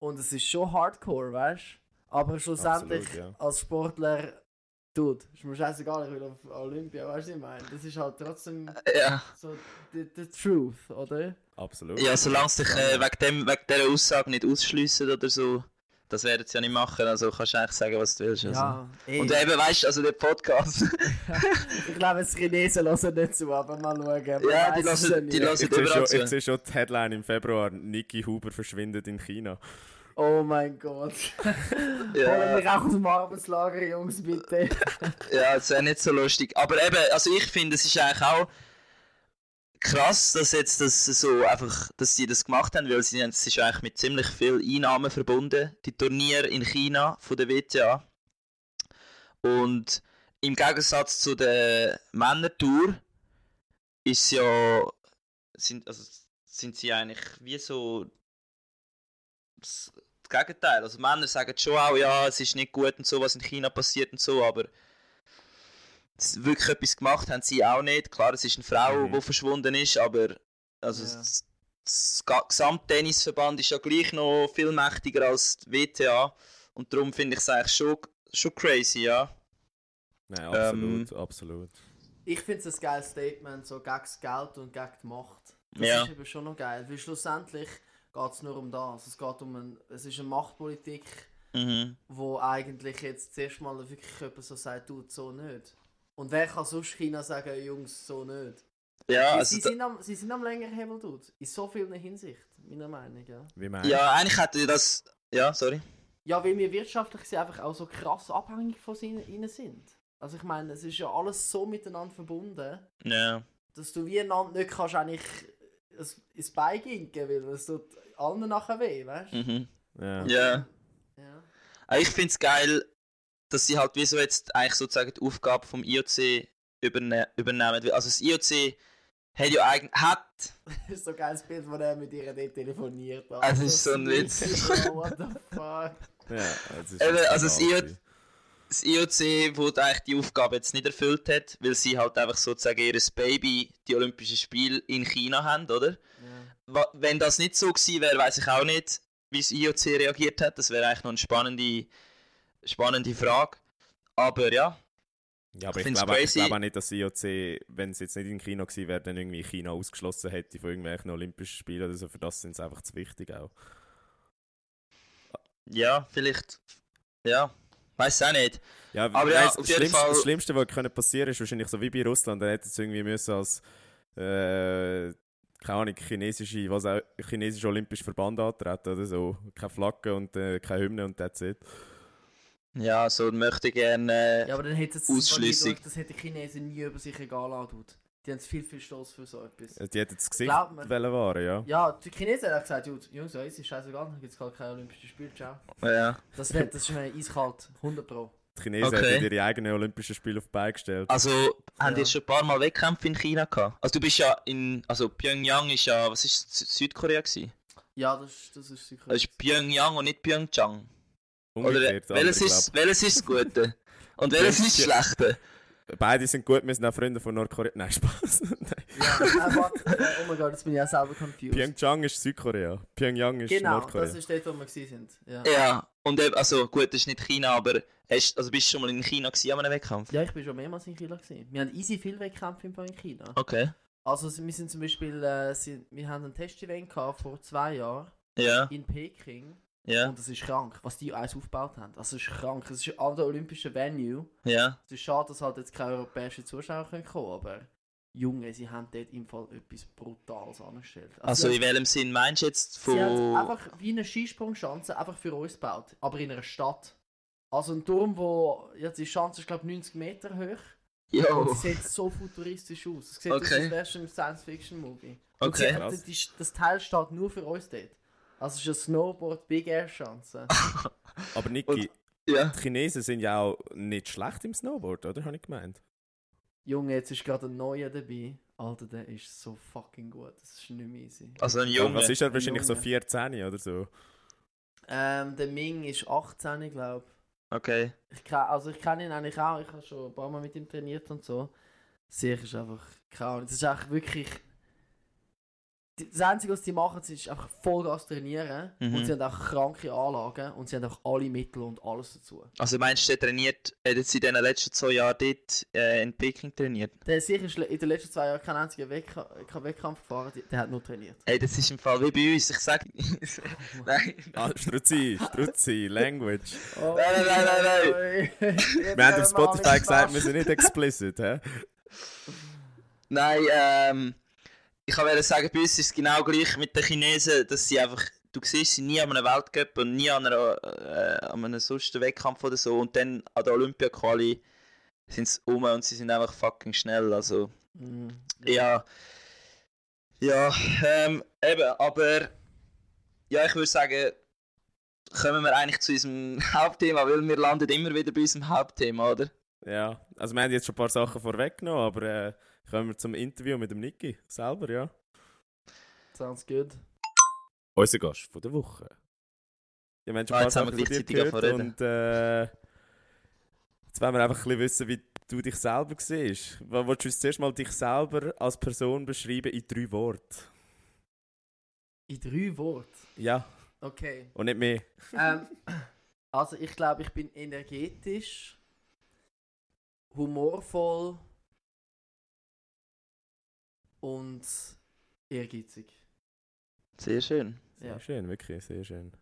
Und es ist schon hardcore, weißt du? Aber schlussendlich,
Absolut,
als Sportler, Dude, ist mir scheißegal, ich will auf Olympia, weißt du, was ich meine, das ist halt trotzdem
Ja.
so the, the truth, oder?
Absolut.
Ja, solange es dich äh, wegen, dem, wegen dieser Aussage nicht ausschliessen oder so, das werden sie ja nicht machen. Also kannst du eigentlich sagen, was du willst. Also.
ey.
Und eben, weißt du, also der Podcast.
Ich glaube, das Chinesen hören nicht zu, aber mal schauen. Man
ja, die
weiss es
lassen,
nie.
die
Ich
lassen
sehe,
also überall
schon, ich
zu.
sehe schon die Headline im Februar: Niki Huber verschwindet in China.
Oh mein Gott. Holen
Ja,
mich auch aus dem Arbeitslager, Jungs, bitte.
ja, das wäre nicht so lustig. Aber eben, also ich finde, es ist eigentlich auch krass, dass jetzt das so einfach, dass sie das gemacht haben, weil sie haben, es ist eigentlich mit ziemlich viel Einnahmen verbunden, die Turniere in China von der WTA. Und im Gegensatz zu der Männertour ist ja sind also sind sie eigentlich wie so das Gegenteil. Also Männer sagen schon auch, ja, es ist nicht gut und so, was in China passiert und so, aber s- wirklich etwas gemacht haben sie auch nicht. Klar, es ist eine Frau,
Mhm.
die verschwunden ist, aber also
Ja.
das, das Ga- Gesamttennisverband ist ja gleich noch viel mächtiger als die WTA und darum finde ich es eigentlich schon, schon crazy, ja.
Nein, absolut,
Ähm,
absolut.
Ich finde es ein geiles Statement, so gegen das Geld und gegen die Macht. Das
Ja.
ist eben schon noch geil, weil schlussendlich geht es nur um das. Es geht um ein, es ist eine Machtpolitik,
Mhm.
wo eigentlich jetzt zuerst mal wirklich jemand so sagt, tut so nicht. Und wer kann sonst China sagen, Jungs, so nicht?
Ja, also
sie,
da-
sind am, sie sind am längeren Hebel, Dude. In so vielen Hinsicht, meiner Meinung, ja.
Wie meinst du?
ja, eigentlich hätte das. Ja, sorry.
Ja, weil wir wirtschaftlich sind einfach auch so krass abhängig von sin- ihnen sind. Also ich meine, es ist ja alles so miteinander verbunden,
Ja.
dass du wie einander nicht kannst eigentlich es- ins Bein ginken, weil es tut allen nachher weh, weißt du?
Mhm.
Ja.
Ja.
Ja.
Aber ich finde es geil, dass sie halt wie so jetzt eigentlich sozusagen die Aufgabe vom IOC überne übernehmen. Also das IOC hat ja eigentlich. hat.
Das ist so ein geiles Bild, wo er mit ihr dort telefoniert hat.
Es ist so ein Witz.
sneaky, bro, what the fuck?
Ja, es ist
Eben,
jetzt
also es
egal.
irrt- Das IOC, wo eigentlich die Aufgabe jetzt nicht erfüllt hat, weil sie halt einfach sozusagen ihr Baby, die Olympischen Spiele in China haben, oder?
Ja.
Wa- Wenn das nicht so gewesen wäre, weiß ich auch nicht, wie das IOC reagiert hat. Das wäre eigentlich noch eine spannende, spannende Frage. Aber ja,
Ja, aber
Ich
ich,
find's
glaube, ich
crazy.
glaube auch nicht, dass das IOC, wenn es jetzt nicht in China gewesen wäre, dann irgendwie China ausgeschlossen hätte von irgendwelchen Olympischen Spielen oder so. Für das sind sie einfach zu wichtig auch.
ja, vielleicht. Ja, weiß auch nicht.
Ja,
Aber
weiss,
ja,
das,
auf jeden
Schlimmste,
Fall-
das Schlimmste, was können passieren ist wahrscheinlich so wie bei Russland. Dann hätten sie irgendwie müssen als, äh, keine Ahnung, chinesische, was auch, chinesische Olympische Verband antreten oder so. Keine Flagge und äh, keine Hymne und that's it.
Ja, so möchte gerne. Äh,
ja, aber dann hätte es
Ausschliessig.
das hätte die Chinesen nie über sich egal lassen, Die haben viel, viel Stoß für so etwas.
Die hätten das Gesicht
Glaubt mir.
wollen wahren, ja.
Ja, die Chinesen haben gesagt, Dude, Jungs, ja, es ist scheißegal, dann gibt es halt keine Olympischen Spiele, ciao.
äh, ja.
Das wäre das ist mir eiskalt, 100 Pro.
Die Chinesen
Okay.
hätten ihre eigenen Olympischen Spiele auf die Beine gestellt.
Also, haben
Ja.
ihr schon ein paar Mal Wettkämpfe in China gehabt? Also, du bist ja in. Also, Pyongyang ist ja. Was ist Sü- Südkorea gewesen?
Ja, das, ist- das ist sicher.
Das ist Pyongyang und nicht Pyeongchang. Oder
Umgekehrt, andere,
welches ist,
glaub.
welches ist das Gute? Und welches ist das Schlechte?
Beide sind gut, wir sind auch Freunde von Nordkorea. Nein, Spaß. Nein.
Ja, äh, warte, äh, oh mein Gott, jetzt bin ich auch selber confused.
Pyeongchang ist Südkorea. Pyongyang ist
genau,
Nordkorea.
das ist dort, wo wir gewesen sind. Ja.
Ja, und eben, also gut, das ist nicht China, aber hast, also bist du schon mal in China gewesen an einem Wettkampf?
ja, ich bin schon mehrmals in China. Gewesen. Wir haben easy viel Wettkämpfe im Fall in China.
Okay.
Also wir sind zum Beispiel, äh, sind, wir haben ein Testevent gehabt vor zwei Jahren
Ja,
in Peking.
ja,
Und das ist krank, was die alles aufgebaut haben. Also es ist krank, es ist an der olympischen Venue.
ja.
Es ist schade, dass halt jetzt keine europäischen Zuschauer können kommen, aber Junge, sie haben dort im Fall etwas Brutales angestellt.
Also
sie
in welchem Sinn meinst du jetzt
Sie haben
von.
einfach wie eine Skisprungschanze einfach für uns gebaut, aber in einer Stadt. Also ein Turm, wo jetzt die Schanze ist glaube 90 Meter hoch und
Jo,
es sieht so futuristisch aus. Es sieht aus,
Oh. Okay.
als wärst du im Science Fiction Movie.
okay.
Und sie, die, die, das Teil steht nur für uns dort. Also ist ein Snowboard Big Air Chance.
Aber Niki,
Und- Ja.
die Chinesen sind ja auch nicht schlecht im Snowboard, oder? Habe ich gemeint.
Junge, jetzt ist gerade ein neuer dabei. Alter, der ist so fucking gut. Das ist nicht mehr easy.
Also ein Junge.
Was ist er? Wahrscheinlich so
Junge.
14 oder so.
Ähm, der Ming ist 18, glaube
Okay.
ich. Kann, also ich kenne ihn eigentlich auch. Ich habe schon ein paar Mal mit ihm trainiert und so. Sicher ist einfach kaum. Das ist einfach wirklich... Die- Das Einzige, was sie machen, ist einfach Vollgas trainieren.
Mhm.
Und sie haben auch kranke Anlagen. Und sie haben auch alle Mittel und alles dazu.
Also meinst du, der trainiert, hat jetzt in den letzten zwei Jahren dort äh, in Peking trainiert?
Der ist sicher schle- in den letzten zwei Jahren keinen einzigen Wettkampf, keinen Wettkampf gefahren. Die- Der hat nur trainiert.
Ey, das ist im Fall wie bei uns, ich sag... Nein.
Ah, Struzzi, Struzzi, Language.
Oh,
Nein, nein, nein, nein,
nein.
Wir haben auf Spotify gesagt, wir sind nicht explicit, hä?
Nein, ähm... Ich wollte sagen, bei uns ist es genau gleich mit den Chinesen, dass sie einfach... Du siehst sie nie an einem Weltcup und nie an, einer, äh, an einem sonstigen Wettkampf oder so. Und dann an der Olympia-Quali sind sie um und sie sind einfach fucking schnell, also...
Mhm.
Ja. Ja, ähm, eben, aber ja, ich würde sagen, kommen wir eigentlich zu unserem Hauptthema, weil wir landen immer wieder bei unserem Hauptthema, oder?
Ja, also wir haben jetzt schon ein paar Sachen vorweggenommen, aber äh, kommen wir zum Interview mit dem Niki selber, ja.
Sounds good.
Unser Gast von der Woche.
Ja, wir haben schon
Ah,
ein paar
jetzt haben
Sachen von
wir
dir
gleichzeitig
gehört
angefangen
und äh, jetzt wollen wir einfach ein bisschen wissen, wie du dich selber siehst. Wa- Willst du uns zuerst mal dich selber als Person beschreiben in drei Worten?
In drei Worten.
Ja,
Okay.
und nicht mehr.
ähm, also ich glaube, ich bin energetisch, humorvoll und ehrgeizig.
Sehr schön.
Sehr
Ja.
schön, wirklich, sehr schön.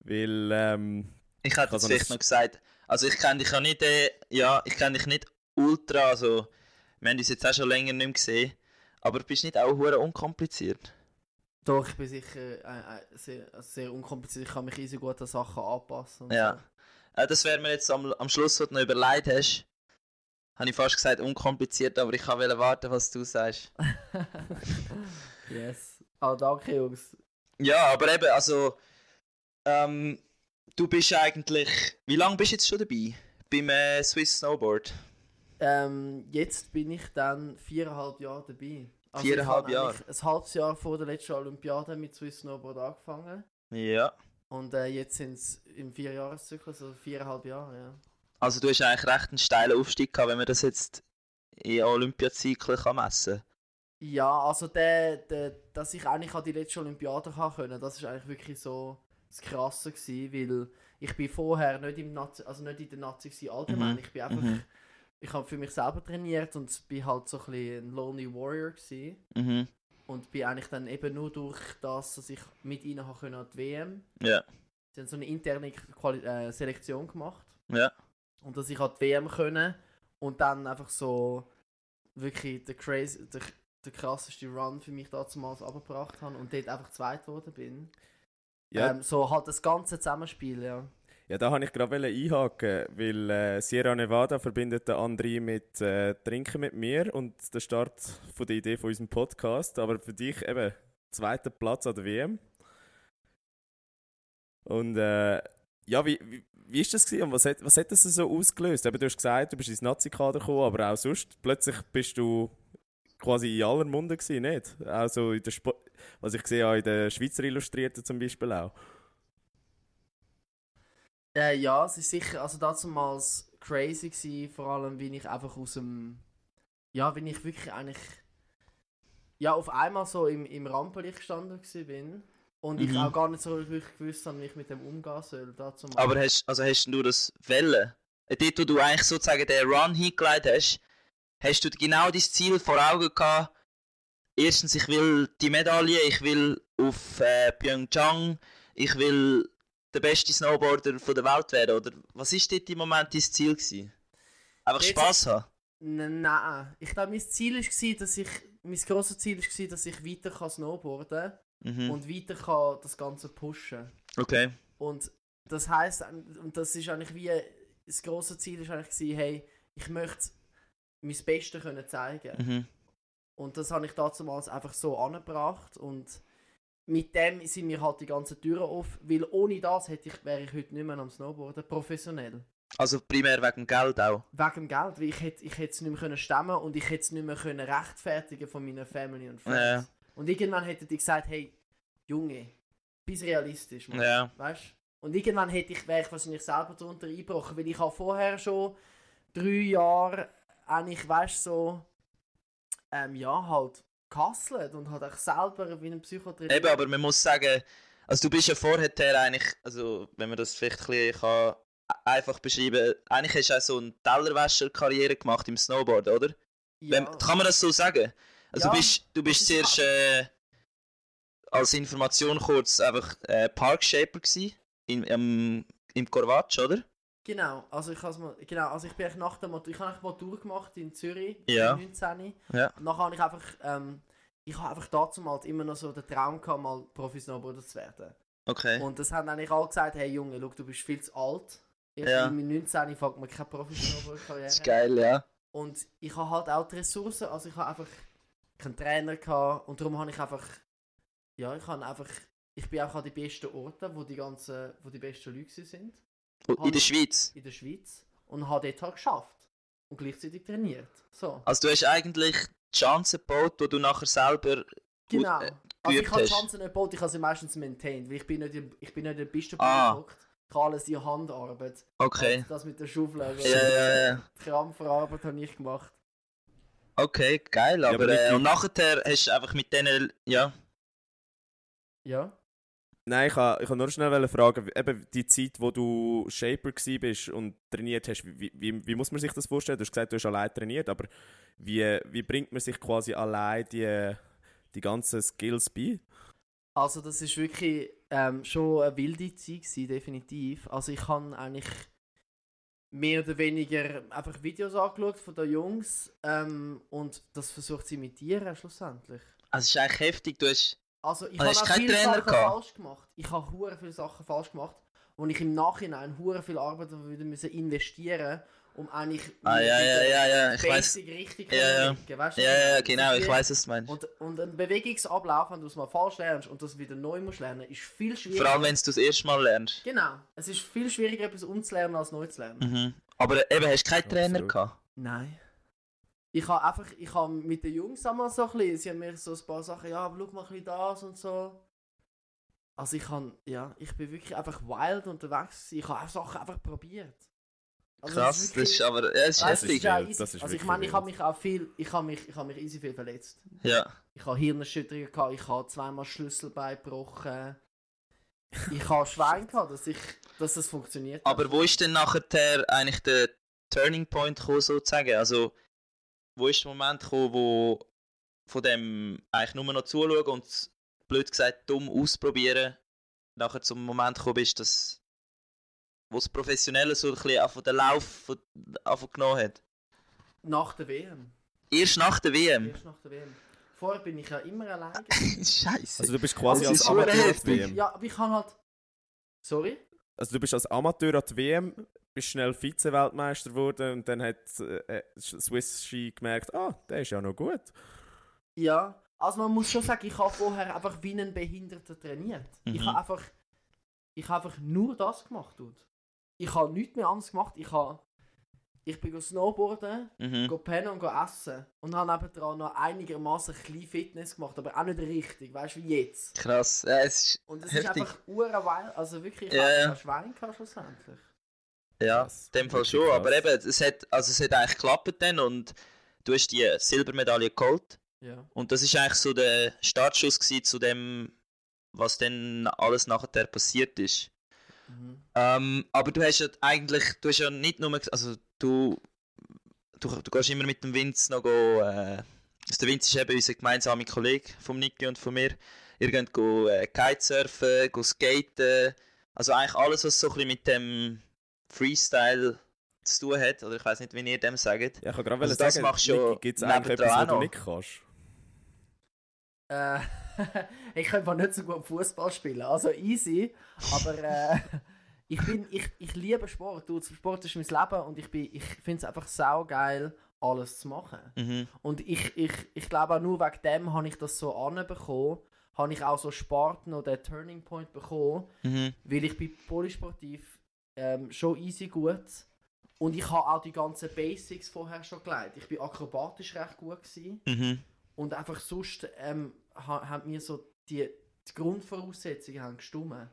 Weil, ähm,
Ich hätte
Kann
jetzt
so
vielleicht
ein-
noch gesagt, also ich kenne dich ja nicht, äh, ja, ich kenne dich nicht ultra, also wir haben uns jetzt auch schon länger nicht mehr gesehen, aber du bist nicht auch hure unkompliziert.
Doch, ich bin sicher äh, äh, sehr, also sehr unkompliziert. Ich kann mich easy gut an Sachen anpassen. und
Ja. Äh, das wäre mir jetzt am, am Schluss, was du noch überlegt hast, habe ich fast gesagt unkompliziert, aber ich wollte warten, was du sagst.
So. yes. Ah, danke, Jungs.
Ja, aber eben, also, ähm, du bist eigentlich, wie lange bist du jetzt schon dabei? Beim äh, Swiss Snowboard?
Ähm, jetzt bin ich dann viereinhalb Jahre dabei. Also ich
Viereinhalb
habe
Jahre.
eigentlich Ein halbes Jahr vor der letzten Olympiade mit Swiss Snowboard angefangen.
Ja.
Und äh, jetzt sind es im Vierjahreszyklus, also viereinhalb Jahre, ja.
Also du hast eigentlich recht einen steilen Aufstieg gehabt, wenn man das jetzt in Olympiazyklen kann messen
Ja, also der, der, dass ich eigentlich an die letzte Olympiade kann können, das ist eigentlich wirklich so das Krasse gewesen, weil ich bin vorher nicht im Nazi, also nicht in der Nazi gewesen, allgemein,
Mhm,
ich bin einfach,
mhm.
ich habe für mich selber trainiert und bin halt so ein bisschen ein Lonely Warrior gewesen
kann. Mhm.
und bin eigentlich dann eben nur durch das, dass ich mit ihnen habe können an die WM.
Ja.
Sie haben so eine interne Quali äh, Selektion gemacht.
Ja.
Und dass ich an die WM können und dann einfach so wirklich der, crazy, der, der krasseste Run für mich damals abgebracht habe und dort einfach zweit geworden bin.
ja,
Ähm, so halt das ganze Zusammenspiel, ja.
Ja, da wollte ich gerade einhaken, weil äh, Sierra Nevada verbindet den André mit äh, Trinken mit mir und der Start von der Idee von unserem Podcast. Aber für dich eben zweiter Platz an der WM. Und äh, ja, wie, wie, wie ist das gewesen und was hat, was hat das so ausgelöst? Eben, du hast gesagt, du bist ins Nazi-Kader gekommen, aber auch sonst, plötzlich bist du quasi in aller Munde gewesen, nicht? Also in der Spo was ich sehe, auch in den Schweizer Illustrierten zum Beispiel auch.
Äh, ja, es ist sicher, also damals crazy gewesen, vor allem, wie ich einfach aus dem, ja, wenn ich wirklich eigentlich, ja, auf einmal so im, im Rampenlicht gestanden gewesen bin und ich
Mhm.
auch gar nicht so wirklich gewusst habe, wie ich mit dem umgehen soll, dazu
Aber hast, also hast du das Wellen? Dort, wo du eigentlich sozusagen den Run hingelegt hast, hast du genau dein Ziel vor Augen gehabt. Erstens, ich will die Medaille, ich will auf äh, Pyeongchang, ich will der beste Snowboarder von der Welt werden, oder? Was ist dort im Moment dein Ziel gewesen? Einfach
Jetzt-
Spaß haben.
N- Nein, ich glaube, mein Ziel war, dass ich, mein grosses Ziel war, dass ich weiter kann snowboarden
Mhm.
und weiter kann das Ganze pushen.
okay.
Und das heisst, und das ist eigentlich wie, das grosse Ziel war eigentlich, gewesen, hey, ich möchte mein Bestes können zeigen.
Mhm.
Und das habe ich damals einfach so angebracht und mit dem sind mir halt die ganzen Türen offen, weil ohne das hätte ich, wäre ich heute nicht mehr am Snowboarden professionell.
Also primär wegen dem Geld auch.
Wegen dem Geld, weil ich hätte, ich hätte es nicht mehr können stemmen und ich hätte es nicht mehr können rechtfertigen von meiner Family und Friends.
Ja.
Und irgendwann hätten die gesagt, hey, Junge, bist realistisch, Mann.
Ja.
Weißt? Und irgendwann hätte ich, wäre ich wahrscheinlich selber darunter eingebrochen, weil ich habe vorher schon drei Jahre eigentlich, weißt so, ähm, ja, halt gehasselt und halt auch selber wie ein Psychotrieb.
Eben, aber man muss sagen, also du bist ja vorher eigentlich, also wenn man das vielleicht ein bisschen kann, äh, einfach beschreiben, eigentlich hast du auch so eine Tellerwäscher-Karriere gemacht im Snowboard, oder?
ja.
Wenn, kann man das so sagen? Also
Ja,
du bist, du bist
ist
zuerst äh, als Information kurz einfach äh, Parkshaper gsi im, im, im Corvatsch, oder?
Genau, also ich has mal, genau, also ich bin eigentlich nach der Matur, ich habe eine Matur gemacht in Zürich,
Ja.
mit 19.
Ja.
Und nachher habe ich einfach, ähm, ich habe einfach dazu mal immer noch so den Traum gehabt, mal Profi-Snowboarder zu werden.
Okay.
Und das haben eigentlich alle gesagt, hey Junge, schau, du bist viel zu alt. Ich
Ja.
bin mit 19, ich fange mir keine
Das ist
Profi-Snowboard-Karriere.
geil, ja.
Und ich habe halt auch die Ressourcen, also ich habe einfach keinen Trainer gehabt und darum habe ich einfach, ja, ich habe einfach, ich bin auch an die besten Orte, wo die ganzen, wo die besten Leute gewesen sind
In der Schweiz.
in der Schweiz und habe dort halt geschafft. Und gleichzeitig trainiert. So.
Also du hast eigentlich die Chancen gebaut, die du nachher selber...
Genau.
äh,
also ich
geübt
habe die
hast.
Chancen nicht gebaut, ich habe sie meistens maintained, weil ich bin nicht, im- ich bin nicht der beste
Ah.
Produkt. Ich habe alles die Handarbeit.
Okay.
Also Das mit der Schaufel, also
Ja, ja, ja.
die Krampfarbeit habe ich gemacht.
Okay, geil,
aber
aber,
nicht
äh,
die-
und nachher hast du einfach mit denen, ja,
Ja.
Nein, ich wollte ich ha nur schnell wollen fragen, wie- eben die Zeit, wo du Shaper gsi bist und trainiert hast, wie, wie, wie muss man sich das vorstellen? Du hast gesagt, du hast allein trainiert, aber wie, wie bringt man sich quasi allein die, die ganzen Skills bei?
Also das ist wirklich ähm, schon eine wilde Zeit gewesen, definitiv. Also ich habe eigentlich mehr oder weniger einfach Videos angeschaut von den Jungs ähm, und das versucht sie mit dir schlussendlich.
also es ist eigentlich heftig, du hast,
Also ich
Ah,
habe
hast
auch
keinen
viele
Trainer
Sachen
gehabt?
falsch gemacht. Ich habe hure viele Sachen falsch gemacht, wo ich im Nachhinein hure viel Arbeit wieder müssen investieren, um eigentlich
ah ja, ja, ja, ja, ich weiß,
basic richtig
Ja, ja.
legen, weißt du?
ja, ja, genau,
Das
ich
ist-
weiß, was du meinst.
Und, und ein Bewegungsablauf, wenn du es mal falsch lernst und das wieder neu musst lernen, ist viel schwieriger.
Vor allem, wenn du das erste Mal lernst.
Genau. Es ist viel schwieriger, etwas umzulernen, als neu zu lernen.
Mhm. Aber eben, hast du keinen Trainer
Absolut.
gehabt?
Nein. Ich habe einfach, ich habe mit den Jungs einmal so ein bisschen, sie haben mir so ein paar Sachen, ja, aber schau mal ein bisschen das und so. Also ich habe, ja, ich bin wirklich einfach wild unterwegs gewesen. Ich habe auch Sachen einfach probiert. Also es
Krass, das ist aber, ja, es ist
weißt du, es
heftig.
ist auch
wild,
easy.
das ist
also ich
wirklich
meine, ich
wild.
habe mich auch viel, ich habe mich, ich habe mich easy viel verletzt.
Ja,
Ich habe Hirnerschütterungen gehabt, ich habe zweimal Schlüsselbein gebrochen. Ich habe Schwein gehabt, dass ich, dass das funktioniert. hat.
aber wo ist denn nachher eigentlich der Turning Point gekommen, sozusagen? Also, wo ist der Moment gekommen, wo von dem eigentlich nur noch zuschauen und blöd gesagt dumm ausprobieren, nachher zum Moment gekommen bist, dass wo das Professionelle so ein bisschen auf den Lauf von- angenommen hat?
nach der WM.
Erst nach der WM.
Erst nach der WM. Vorher bin ich ja immer alleine.
Scheiße.
Also du bist quasi
Das
als
ist super
Amateur an die
heftig.
WM.
Ja, aber ich kann halt. Sorry?
Also du bist als Amateur an die WM, bist schnell Vize-Weltmeister geworden und dann hat äh, äh, Swiss Ski gemerkt, ah, der ist ja noch gut.
Ja. Also man muss schon sagen, ich habe vorher einfach wie ein Behinderter trainiert. Ich
Mhm.
habe einfach. Ich habe einfach nur das gemacht, Dude. Ich habe nichts mehr anderes gemacht. Ich habe. Ich bin go snowboarden,
mhm.
go pennen und go essen. Und habe nebenan noch einigermaßen klein Fitness gemacht, aber auch nicht richtig, weißt du, wie jetzt.
Krass. Ja, es ist,
Und es ist
Heftig.
einfach urwild, also wirklich, ich
Ja,
habe
ja.
einfach ein Schwein gehabt schlussendlich.
ja.
Krass.
In dem Fall
Wirklich
schon,
krass.
aber eben, es hat, also es hat eigentlich geklappt dann und du hast die Silbermedaille geholt.
Ja.
Und das ist eigentlich so der Startschuss gewesen zu dem, was dann alles nachher passiert ist.
Mhm.
Ähm, aber du hast ja eigentlich, du hast ja nicht nur, ges- also du, du, du gehst immer mit dem Vince noch go, äh, also der Vince ist eben unser gemeinsamer Kollege vom Niki und von mir. Ihr geht go, äh, Kitesurfen, go skaten, also eigentlich alles, was so ein bisschen mit dem Freestyle zu tun hat, oder ich weiß nicht, wie ihr dem sagt.
Ja, ich kann gerade
Also das
sagen,
machst du ja
gibt es
nebendran
eigentlich etwas, was
auch
du
noch.
nicht kannst?
Äh, ich kann einfach nicht so gut Fußball spielen, also easy. Aber äh, ich, bin, ich, ich liebe Sport. Du, Sport ist mein Leben und ich, bin- ich finde es einfach saugeil, alles zu machen.
Mhm.
Und ich, ich, ich glaube auch nur wegen dem habe ich das so anbekommen, habe ich auch so Sport noch den Turning Point bekommen,
Mhm.
weil ich bin polysportiv ähm, schon easy gut und ich habe auch die ganzen Basics vorher schon gelernt. Ich bin akrobatisch recht gut gewesen.
Mhm.
und einfach sonst ähm, ha, haben mir so die, die Grundvoraussetzungen haben gestimmt.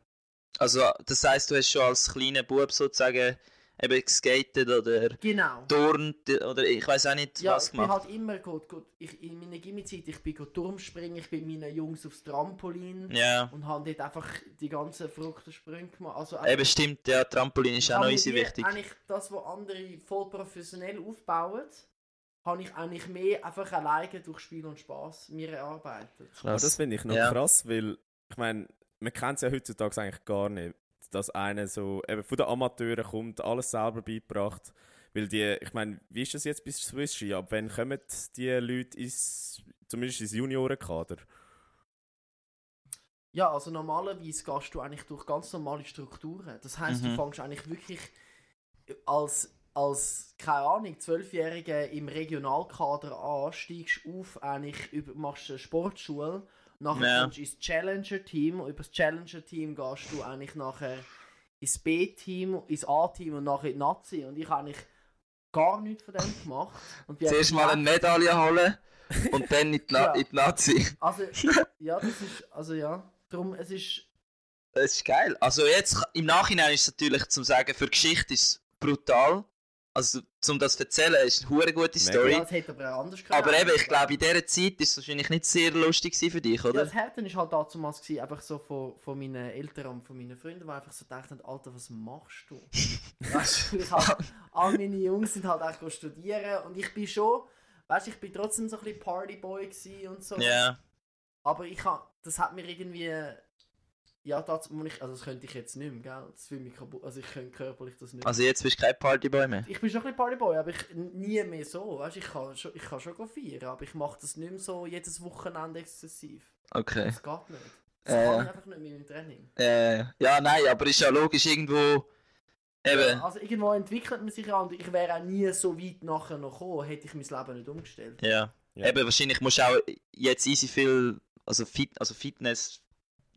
Also, das heisst, du hast schon als kleiner Bub sozusagen eben geskatet oder
Genau.
turnt oder ich weiß auch nicht,
Ja,
was
ich bin
gemacht.
halt immer gut, gut. Ich, in meiner Gimmizeit, ich bin gut Turmspringen, ich bin mit meinen Jungs aufs Trampolin
Ja,
und habe dort einfach die ganzen verrückten Sprünge gemacht. Also,
eben stimmt, ja, Trampolin ist auch noch easy wichtig.
Eigentlich das, was andere voll professionell aufbauen, habe ich eigentlich mehr einfach alleine durch Spiel und Spaß mir erarbeitet.
Aber das finde ich noch
Ja.
krass, weil ich meine, man kennt es ja heutzutage eigentlich gar nicht, dass einer so eben von den Amateuren kommt, alles selber beigebracht. Weil die, ich meine, wie ist das jetzt bis Swiss Ski? Ab wann kommen die Leute ins, zumindest ins Juniorenkader?
Ja, also normalerweise gehst du eigentlich durch ganz normale Strukturen. Das heißt,
Mhm.
du fängst eigentlich wirklich als, als keine Ahnung, Zwölfjähriger im Regionalkader an, steigst auf, eigentlich über, machst eine Sportschule, nachher
Ja.
kommst du ins Challenger-Team und über das Challenger-Team gehst du eigentlich nachher ins B-Team, ins A-Team und nachher in die Nazi. Und ich habe eigentlich gar nichts von dem gemacht. Und bin
Zuerst
eigentlich
mal eine Medaille holen und dann in die, Na
Ja.
in die Nazi.
Also, ja, das ist, also ja, darum, es ist
Das ist geil. Also jetzt im Nachhinein ist es natürlich zum sagen, für die Geschichte ist es brutal. Also zum das zu erzählen ist eine hure gute
Mega.
Story.
Ja, das hätte aber auch anders können.
Aber eben, ich glaube, in dieser Zeit ist es wahrscheinlich nicht sehr lustig gewesen für dich,
Ja,
oder?
das Härte war halt damals gewesen, einfach so von, von meinen Eltern und von meinen Freunden, die einfach so dachten, Alter, was machst du? weißt du, ich hab, all meine Jungs sind halt auch go studieren und ich bin schon, weißt du, ich bin trotzdem so ein bisschen Partyboy gewesen und so.
Ja.
Aber ich hab, das hat mir irgendwie, ja, das, ich, also das könnte ich jetzt nicht mehr, gell? Das fühlt mich kaputt, also ich könnte körperlich das nicht mehr.
Also jetzt bist du kein Partyboy mehr.
Ich bin schon ein bisschen Partyboy, aber ich nie mehr so. Weißt, ich kann schon, ich kann schon go feiern, aber ich mache das nicht mehr so jedes Wochenende exzessiv.
Okay.
Das geht nicht. Das
Äh.
kann ich einfach nicht mit meinem Training.
Äh, ja, nein, aber ist ja logisch irgendwo. Eben.
Also irgendwo entwickelt man sich ja und ich wäre auch nie so weit nachher noch gekommen, hätte ich mein Leben nicht umgestellt.
Ja.
Ja.
Eben, wahrscheinlich musst du auch jetzt easy viel. Also, fit, also Fitness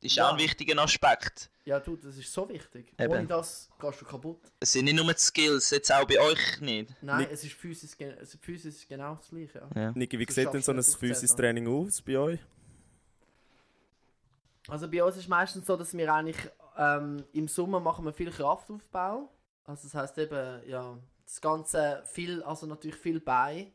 ist
Ja.
auch ein wichtiger Aspekt.
Ja du, das ist so wichtig.
Eben.
Ohne das gehst du kaputt.
Es sind nicht nur die Skills, jetzt auch bei euch nicht.
Nein,
Nicht-
es ist physisch, gen- es ist physisch genau das gleiche. Ja.
Mhm.
Niki, wie
Du
sieht denn
schaffst
so ein
das durchzusetzen.
physisches Training aus bei euch?
Also bei uns ist meistens so, dass wir eigentlich ähm, im Sommer machen wir viel Kraftaufbau. Also das heißt eben, ja, das Ganze viel, also natürlich viel Bein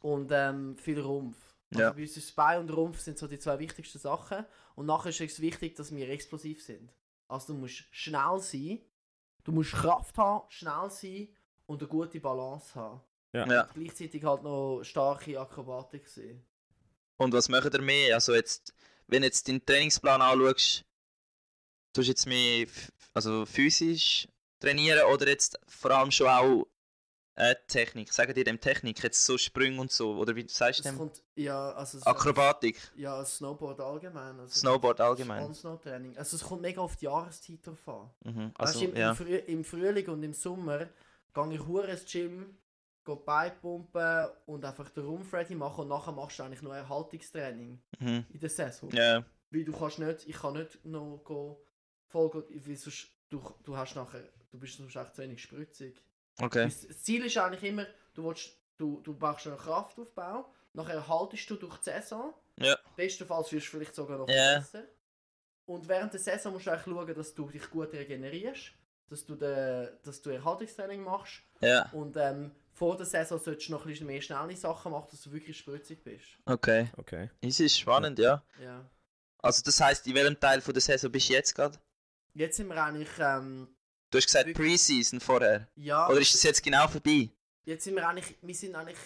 und ähm, viel Rumpf. Also
Ja.
bei uns ist Bein und Rumpf sind so die zwei wichtigsten Sachen. Und nachher ist es wichtig, dass wir explosiv sind. Also du musst schnell sein, du musst Kraft haben, schnell sein und eine gute Balance haben.
Ja.
Ja.
Und gleichzeitig halt noch starke Akrobatik sein.
Und was macht ihr mehr? Also jetzt, wenn du jetzt deinen Trainingsplan anschaust, tust du jetzt mehr f- also physisch trainieren oder jetzt vor allem schon auch äh, Technik? Sagen dir dem Technik, jetzt so Sprünge und so, oder wie sagst du
Es
dem?
kommt, ja, also es-
Akrobatik,
Ja, Snowboard allgemein. Also
Snowboard allgemein.
Snow-Training. Also es kommt mega auf die Jahreszeit drauf an.
Mhm.
Also,
Also,
im,
ja.
im, Früh im Frühling und im Sommer gehe ich hure ins Gym, gehe Beipumpen und einfach den Rumpf ready machen und nachher machst du eigentlich noch Erhaltungstraining
Mhm.
in der Saison.
Ja,
Weil du kannst nicht, ich kann nicht noch go voll go, weil sonst, du, du hast nachher, du bist sonst echt zu wenig spritzig.
okay.
Das das Ziel ist eigentlich immer, du, willst, du, du machst einen Kraftaufbau, nachher haltest du durch die Saison.
Ja.
Bestenfalls wirst du vielleicht sogar noch
Ja.
besser. Und während der Saison musst du eigentlich schauen, dass du dich gut regenerierst, dass du, de, dass du Erhaltungstraining machst
Ja,
und ähm, vor der Saison solltest du noch ein bisschen mehr schnelle Sachen machen, dass du wirklich spritzig bist.
okay.
Okay.
Es ist spannend, ja.
Ja.
Also das heisst, in welchem Teil von der Saison bist du jetzt gerade?
Jetzt sind wir eigentlich, ähm,
Du hast gesagt
Wirklich?
Preseason vorher.
ja,
Oder ist das jetzt genau vorbei?
jetzt sind wir eigentlich, wir sind eigentlich,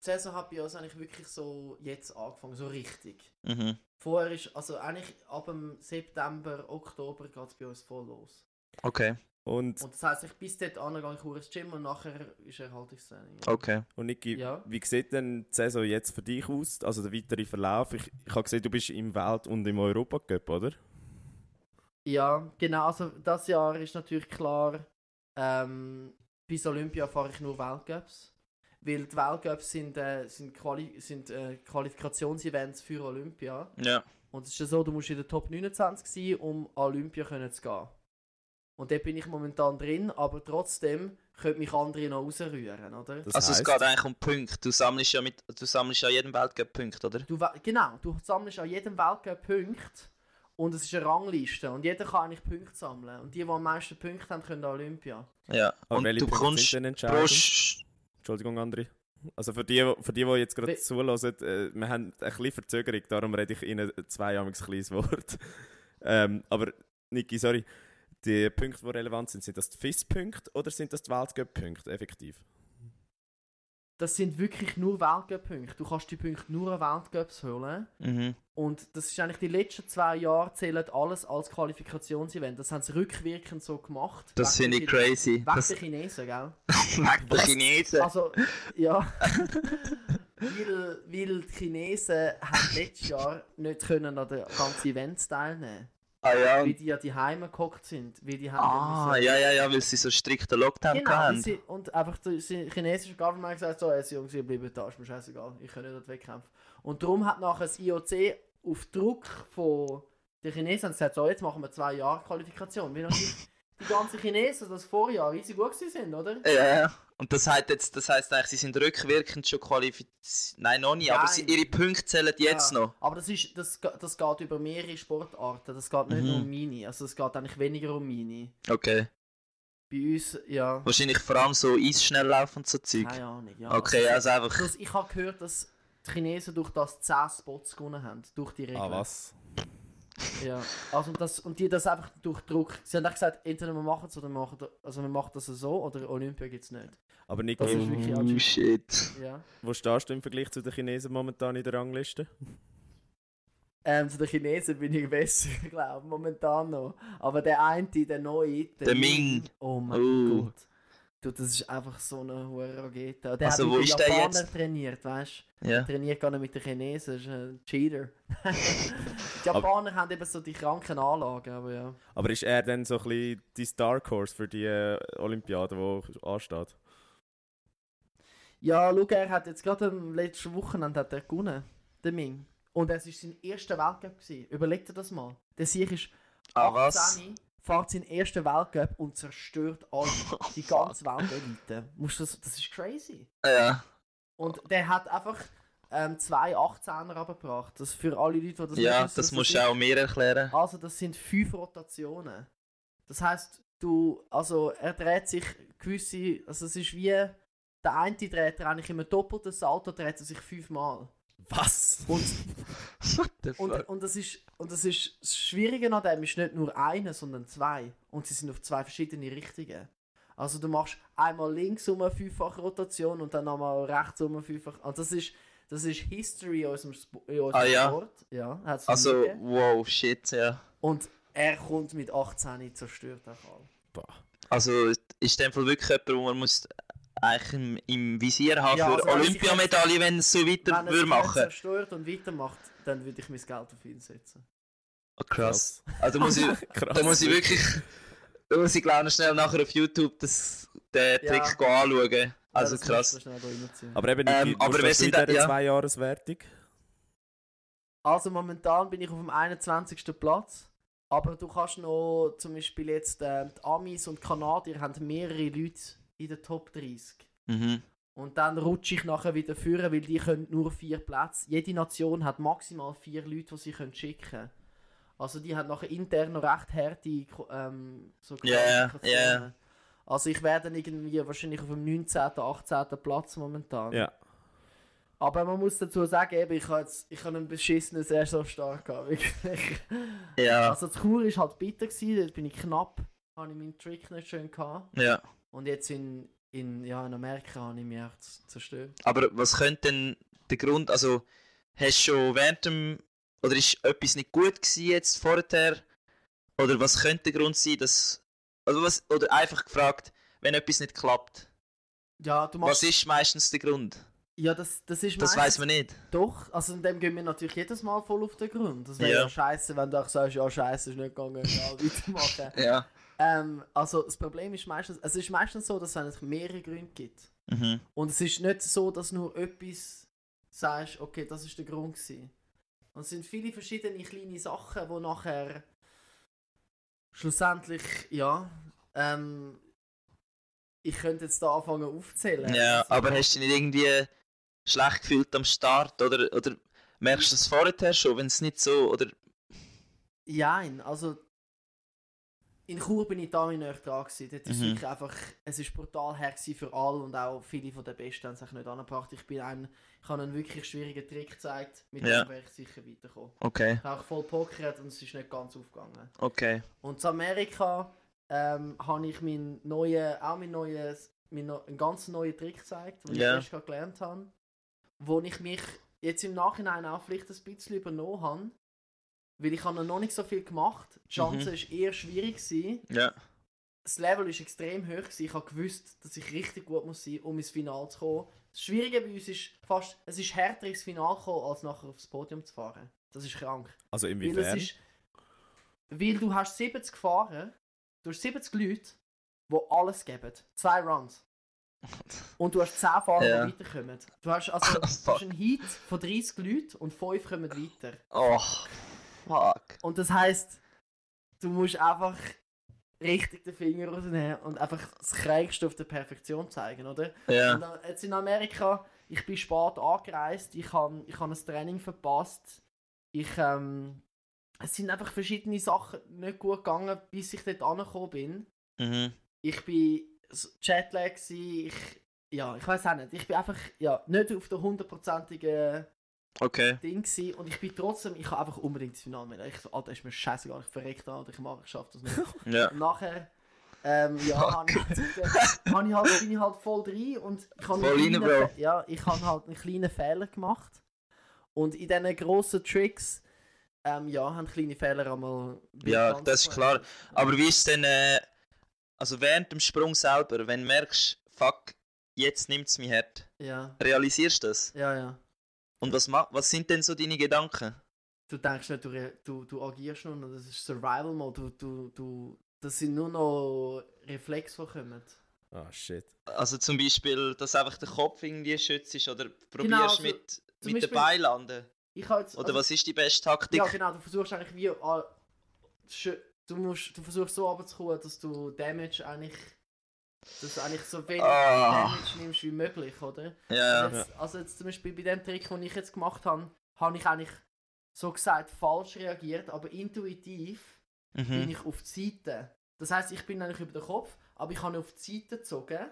die Saison hat bei uns eigentlich wirklich so jetzt angefangen, so richtig.
Mhm.
Vorher ist, also eigentlich ab dem September, Oktober geht es bei uns voll los.
Okay,
Und,
Und das heisst, ich bis dort an, gehe ich hoch ins Gym und nachher ist Erhaltungstraining.
okay.
und Niki,
Ja.
wie sieht denn die Saison jetzt für dich aus? Also der weitere Verlauf? Ich, ich habe gesehen, du bist im Welt- und im Europa-Cup, oder?
Ja, genau, also das Jahr ist natürlich klar, ähm, bis Olympia fahre ich nur Weltcups. Weil die Weltcups sind, äh, sind, Quali sind äh, Qualifikationsevents für Olympia.
Ja.
Und es ist ja so, du musst in der Top 29 sein, um an Olympia können zu gehen. Und dort bin ich momentan drin, aber trotzdem können mich andere noch rausrühren, oder?
Das
also es
heisst-
geht eigentlich um Punkte. Du sammelst ja, mit, du sammelst ja jedem Weltcup Punkte, oder?
Du, we- genau, du sammelst an jedem Weltcup Punkte und es ist eine Rangliste und jeder kann eigentlich Punkte sammeln. Und die, die am meisten Punkte haben, können an Olympia.
Ja.
Aber
Und
welche
du
Punkte
bekommst
sind denn entscheidend?
pro Sch-
Entschuldigung, André. Also für die, für die, die jetzt gerade
We-
zulassen, äh, wir haben ein bisschen Verzögerung, darum rede ich Ihnen zwei ein kleines Wort. Ähm, aber Niki, sorry, die Punkte, die relevant sind, sind das die FIS-Punkte oder sind das die Weltcup-Punkte, effektiv?
Das sind wirklich nur Weltcup-Punkte. Du kannst die Punkte nur an Weltcups holen.
mhm.
Und das ist eigentlich die letzten zwei Jahre zählen alles als Qualifikationsevent. Das haben sie rückwirkend so gemacht.
Das
Wegen
finde ich
der Chine-
crazy.
Wegen
Das Äh.
der Chinesen, gell?
wegen der Chinesen.
Also, ja. weil, weil die Chinesen haben letztes Jahr nicht können an den ganzen Events teilnehmen
Ah ja,
Weil die ja die Heime gehockt sind. Weil die haben
ah,
dann müssen-
ja, ja, ja, weil sie so strikten Lockdown
Genau, weil
hatten.
sie, und einfach der chinesische Government hat gesagt, so, ey, Jungs, ihr bleibt da, ist mir scheißegal, ich kann nicht dort wegkämpfen. Und darum hat nachher das IOC auf Druck von den Chinesen gesagt, so, jetzt machen wir zwei Jahre Qualifikation. Weil natürlich die ganzen Chinesen das Vorjahr riesig gut gewesen sind, oder?
Ja, ja. Und das heißt jetzt, das heißt eigentlich, sie sind rückwirkend schon qualifiziert. Nein, noch nicht, aber
Nein.
sie, ihre Punkte zählen jetzt
Ja.
noch.
Aber das, ist, das, ge- das geht über mehrere Sportarten, das geht nicht
Mhm.
nur um Mini, also es geht eigentlich weniger um Mini.
Okay.
Bei uns, ja,
Wahrscheinlich vor allem so Eisschnelllauf und so Zeug.
keine Ahnung. Ja.
Okay,
also,
also einfach.
Plus, ich habe gehört, dass die Chinesen durch das 10 Spots gewonnen haben, durch die Regeln.
Ah, was?
Ja, also und das, und die das einfach durch Druck. Sie haben auch gesagt, entweder wir machen es oder wir machen, also wir machen das so oder Olympia gibt es nicht.
Aber
Das
Niki,
ist wirklich anstrengend.
Oh, shit.
Ja.
wo stehst du im Vergleich zu den Chinesen momentan in der Rangliste?
Ähm, zu den Chinesen bin ich besser, glaube ich, momentan noch. Aber der eine, der neue,
Der Ming.
Oh mein
Uh.
Gott. Du, das ist einfach so eine hohe Rakete. Der
Also,
hat
wo
mit den
ist der
Japanern
jetzt?
trainiert, weißt du?
Ja.
Trainiert gar nicht mit den Chinesen, das ist ein Cheater. die Japaner haben eben so die kranken Anlagen, aber ja.
Aber ist er dann so ein bisschen die Star Course für die äh, Olympiade, die ansteht?
Ja, schau, er hat jetzt gerade am letzten Wochenende hat er gewonnen, der Ming. Und es war sein erster Weltcup. Gewesen. Überleg dir das mal. Der Sieg ist
Ah, was?
18, fährt seinen ersten Weltcup und zerstört alle,
Oh,
die ganze Weltelite. Musst du Das, das ist crazy.
Ah, Ja.
Und der hat einfach ähm, zwei 18er abgebracht. Das für alle Leute, die das
Ja,
wissen,
das musst
ist-
du auch mir erklären.
Also, das sind fünf Rotationen. Das heißt, du, also er dreht sich gewisse, also es ist wie der eine dreht er eigentlich immer doppelt, das Salto dreht er sich fünfmal.
Was?
Und,
What the
und, und, das ist, und das ist das Schwierige an dem ist nicht nur eine, sondern zwei. Und sie sind auf zwei verschiedene Richtungen. Also du machst einmal links um eine fünffache Rotation und dann nochmal rechts um eine fünffache. Also das ist, das ist History in unserem, Sp in unserem
Ah, ja.
Sport. Ja, hat's noch nie
Also,
gegeben.
wow, shit, ja.
Und er kommt mit 18 zerstört auch alle.
Also, ist in dem Fall wirklich jemand, wo man muss eigentlich im, im Visier haben
Ja,
für
also wenn sie-
Olympiamedaille, wenn es so weiter
Wenn er
würde
es nicht
machen.
zerstört und weitermacht, dann würde ich mein Geld auf ihn setzen.
Oh, krass. Also, da muss ich,
Krass.
da muss ich wirklich. Da muss ich glaube ich, schnell nachher auf YouTube das, den
Ja.
Trick ja. anschauen. Also,
ja, das
krass.
musst du schnell da reinziehen.
Aber eben,
Ähm,
Niki,
aber
aber
wir
wir
sind
sind
da-
in dieser
ja.
Zweijahreswertung.
Also momentan bin ich auf dem 21. Platz. Aber du kannst noch zum Beispiel jetzt ähm, die Amis und Kanadier haben mehrere Leute in der Top 30.
Mhm.
Und dann rutsche ich nachher wieder führen, weil die können nur vier Plätze. Jede Nation hat maximal vier Leute, die sie können schicken können. Also die haben nachher intern noch recht harte Ko- ähm, so
Ja,
Qualifikationen. Also ich werde dann irgendwie wahrscheinlich auf dem 19., 18. Platz momentan.
Ja.
Aber man muss dazu sagen, eben, ich habe jetzt- ich habe einen beschissenen sehr so stark gehabt, wirklich.
Ja,
Also die Kur war halt bitter, gewesen, dort bin ich knapp, habe ich meinen Trick nicht schön gehabt.
ja.
Und jetzt in, in, ja, in Amerika habe ich mich echt z- zerstört.
Aber was könnte denn der Grund, also hast du schon während dem, oder ist etwas nicht gut gewesen jetzt vorher? Oder was könnte der Grund sein, dass, also was, oder einfach gefragt, wenn etwas nicht klappt,
Ja, du
was
machst.
ist meistens der Grund?
Ja, das, das ist
Das weiß
meistens-
man nicht.
Doch, also in dem gehen wir natürlich jedes Mal voll auf den Grund. Das wäre
Ja.
ja. scheiße, wenn du auch sagst, ja, scheiße, ist nicht gegangen, ja, weitermachen.
Ja.
ähm, also das Problem ist meistens, es ist meistens so, dass es eigentlich mehrere Gründe gibt.
Mhm.
Und es ist nicht so, dass nur etwas sagst, okay, das ist der Grund gewesen. Und es sind viele verschiedene kleine Sachen, die nachher schlussendlich, ja, ähm, ich könnte jetzt da anfangen aufzählen.
Ja,
Also,
aber hast du dich nicht irgendwie schlecht gefühlt am Start? Oder, oder merkst du das vorher schon, wenn es nicht so. Oder
Jein, also in Chur bin ich da in näher dran gewesen. Dort ist
Mhm.
wirklich einfach, es ist brutal her gewesen für alle und auch viele von den Besten haben sich nicht angebracht. Ich bin einem, ich habe einen wirklich schwierigen Trick gezeigt, mit
Ja.
dem wäre ich sicher weitergekommen.
okay,
Ich habe auch voll pokert und es ist nicht ganz aufgegangen.
okay.
Und zu Amerika ähm, habe ich meinen neuen, auch mein neues, mein no, einen ganz neuen Trick gezeigt, den
Ja.
ich erst gerade gelernt habe. Wo ich mich jetzt im Nachhinein auch vielleicht ein bisschen übernommen habe. Weil ich habe noch nicht so viel gemacht. Die
Mhm.
Chance war eher schwierig. Gewesen.
Ja.
Das Level war extrem hoch. Gewesen. Ich habe gewusst, dass ich richtig gut muss sein um ins Finale zu kommen. Das Schwierige bei uns ist fast, es ist härter ins Finale zu kommen, als nachher aufs Podium zu fahren. Das ist krank.
Also
Weil, es
inwiefern?
ist, weil du hast 70 Fahrer, du hast 70 Leute, die alles geben. Zwei Runs. Und du hast 10 Fahrer,
Ja.
die weiterkommen. Du hast also du
Fuck.
hast einen Hit von 30 Leuten und 5 kommen weiter.
Oh, fuck.
Und das heisst, du musst einfach richtig den Finger rausnehmen und einfach das Krägste auf der Perfektion zeigen, oder? Und
Ja.
dann, jetzt in Amerika, ich bin spät angereist, ich habe ich han ein Training verpasst. Ich, ähm, es sind einfach verschiedene Sachen nicht gut gegangen, bis ich dort angekommen bin.
Mhm.
Ich bin so Jetlag, gsi, ich, ja, ich weiß auch nicht, ich bin einfach ja, nicht auf der hundertprozentigen
Okay.
Ding gsi und ich bin trotzdem, ich habe einfach unbedingt das Finale mit. Ich so, Alter, ist mir scheißegal, ich verreckt da, ich mache, ich schaff das nicht.
Ja.
Und nachher, ähm, ja, habe ich, hab ich halt, bin ich halt voll drin und ich habe
Voll rein, Bro.
ja, ich habe halt einen kleinen Fehler gemacht. Und in diesen grossen Tricks, ähm, ja, haben kleine Fehler einmal.
Ja, das ist klar. Aber wie ist denn, äh, also während dem Sprung selber, wenn du merkst, fuck, jetzt nimmt es mich hart,
Ja,
realisierst du das?
ja, ja.
Und was, ma was sind denn so deine Gedanken?
Du denkst nicht, du, re- du, du agierst nur noch, das ist Survival Mode, du, du, du, das sind nur noch Reflexe, die kommen.
Ah, shit.
Also zum Beispiel, dass einfach der Kopf irgendwie schützt ist oder probierst
also
mit,
zum
mit den
Beispiel-
Beinen landen?
Ich habe jetzt,
Oder
also-
was ist die beste Taktik?
Ja, genau, du versuchst eigentlich wie. all- schö- Du, musst, du versuchst so runterzukommen, dass du Damage eigentlich. dass du eigentlich so wenig
Ah.
Damage nimmst wie möglich, oder?
Ja, ja.
Jetzt, also jetzt zum Beispiel bei dem Trick, den ich jetzt gemacht habe, habe ich eigentlich so gesagt falsch reagiert, aber intuitiv bin
Mhm.
ich auf die Seite. Das heißt, ich bin eigentlich über den Kopf, aber ich habe auf die Seite gezogen.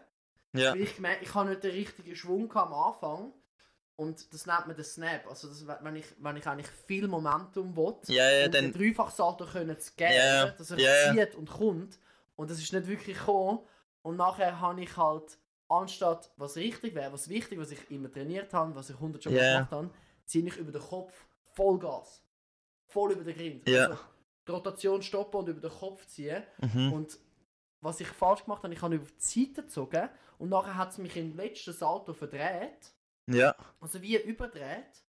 ja.
Weil ich gemerkt, ich habe nicht den richtigen Schwung gehabt am Anfang. Und das nennt man den Snap. Also das, wenn, ich, wenn ich eigentlich viel Momentum will,
Ja, ja, Äh,
um
dann-
den Dreifachsalto können zu geben,
Ja,
oder? dass er
ja, ja.
zieht und kommt. Und das ist nicht wirklich gekommen. Und nachher habe ich halt, anstatt was richtig wäre, was wichtig, was ich immer trainiert habe, was ich 100 schon mal
Ja.
gemacht habe, ziehe ich über den Kopf Vollgas. Voll über den Grind.
Ja.
Also, die Rotation stoppen und über den Kopf ziehen.
Mhm.
Und was ich falsch gemacht habe, ich habe über die Seite gezogen und nachher hat es mich im letzten Salto verdreht.
ja.
Also wie überdreht.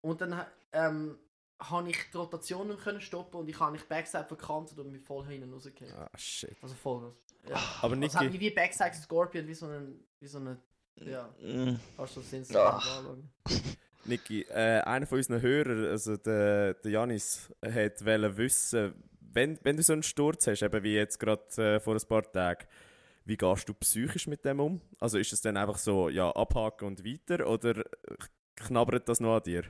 Und dann ähm, habe ich die Rotation nicht können stoppen und ich habe mich Backside verkantet und mich voll hinten rausgekriegt.
Ah, shit.
Also voll. Ja.
Ah,
Aber
Also hat
Niki,
mich wie Backside Scorpion, wie so ein. Wie so eine ja,
Mhm.
fast so Sinn.
Ach.
Niki äh, einer von unseren Hörern, also der, der Janis, hat wollte wissen, wenn, wenn du so einen Sturz hast, eben wie jetzt gerade äh, vor ein paar Tagen, wie gehst du psychisch mit dem um? Also ist es dann einfach so, ja, abhaken und weiter oder knabbert das noch an dir?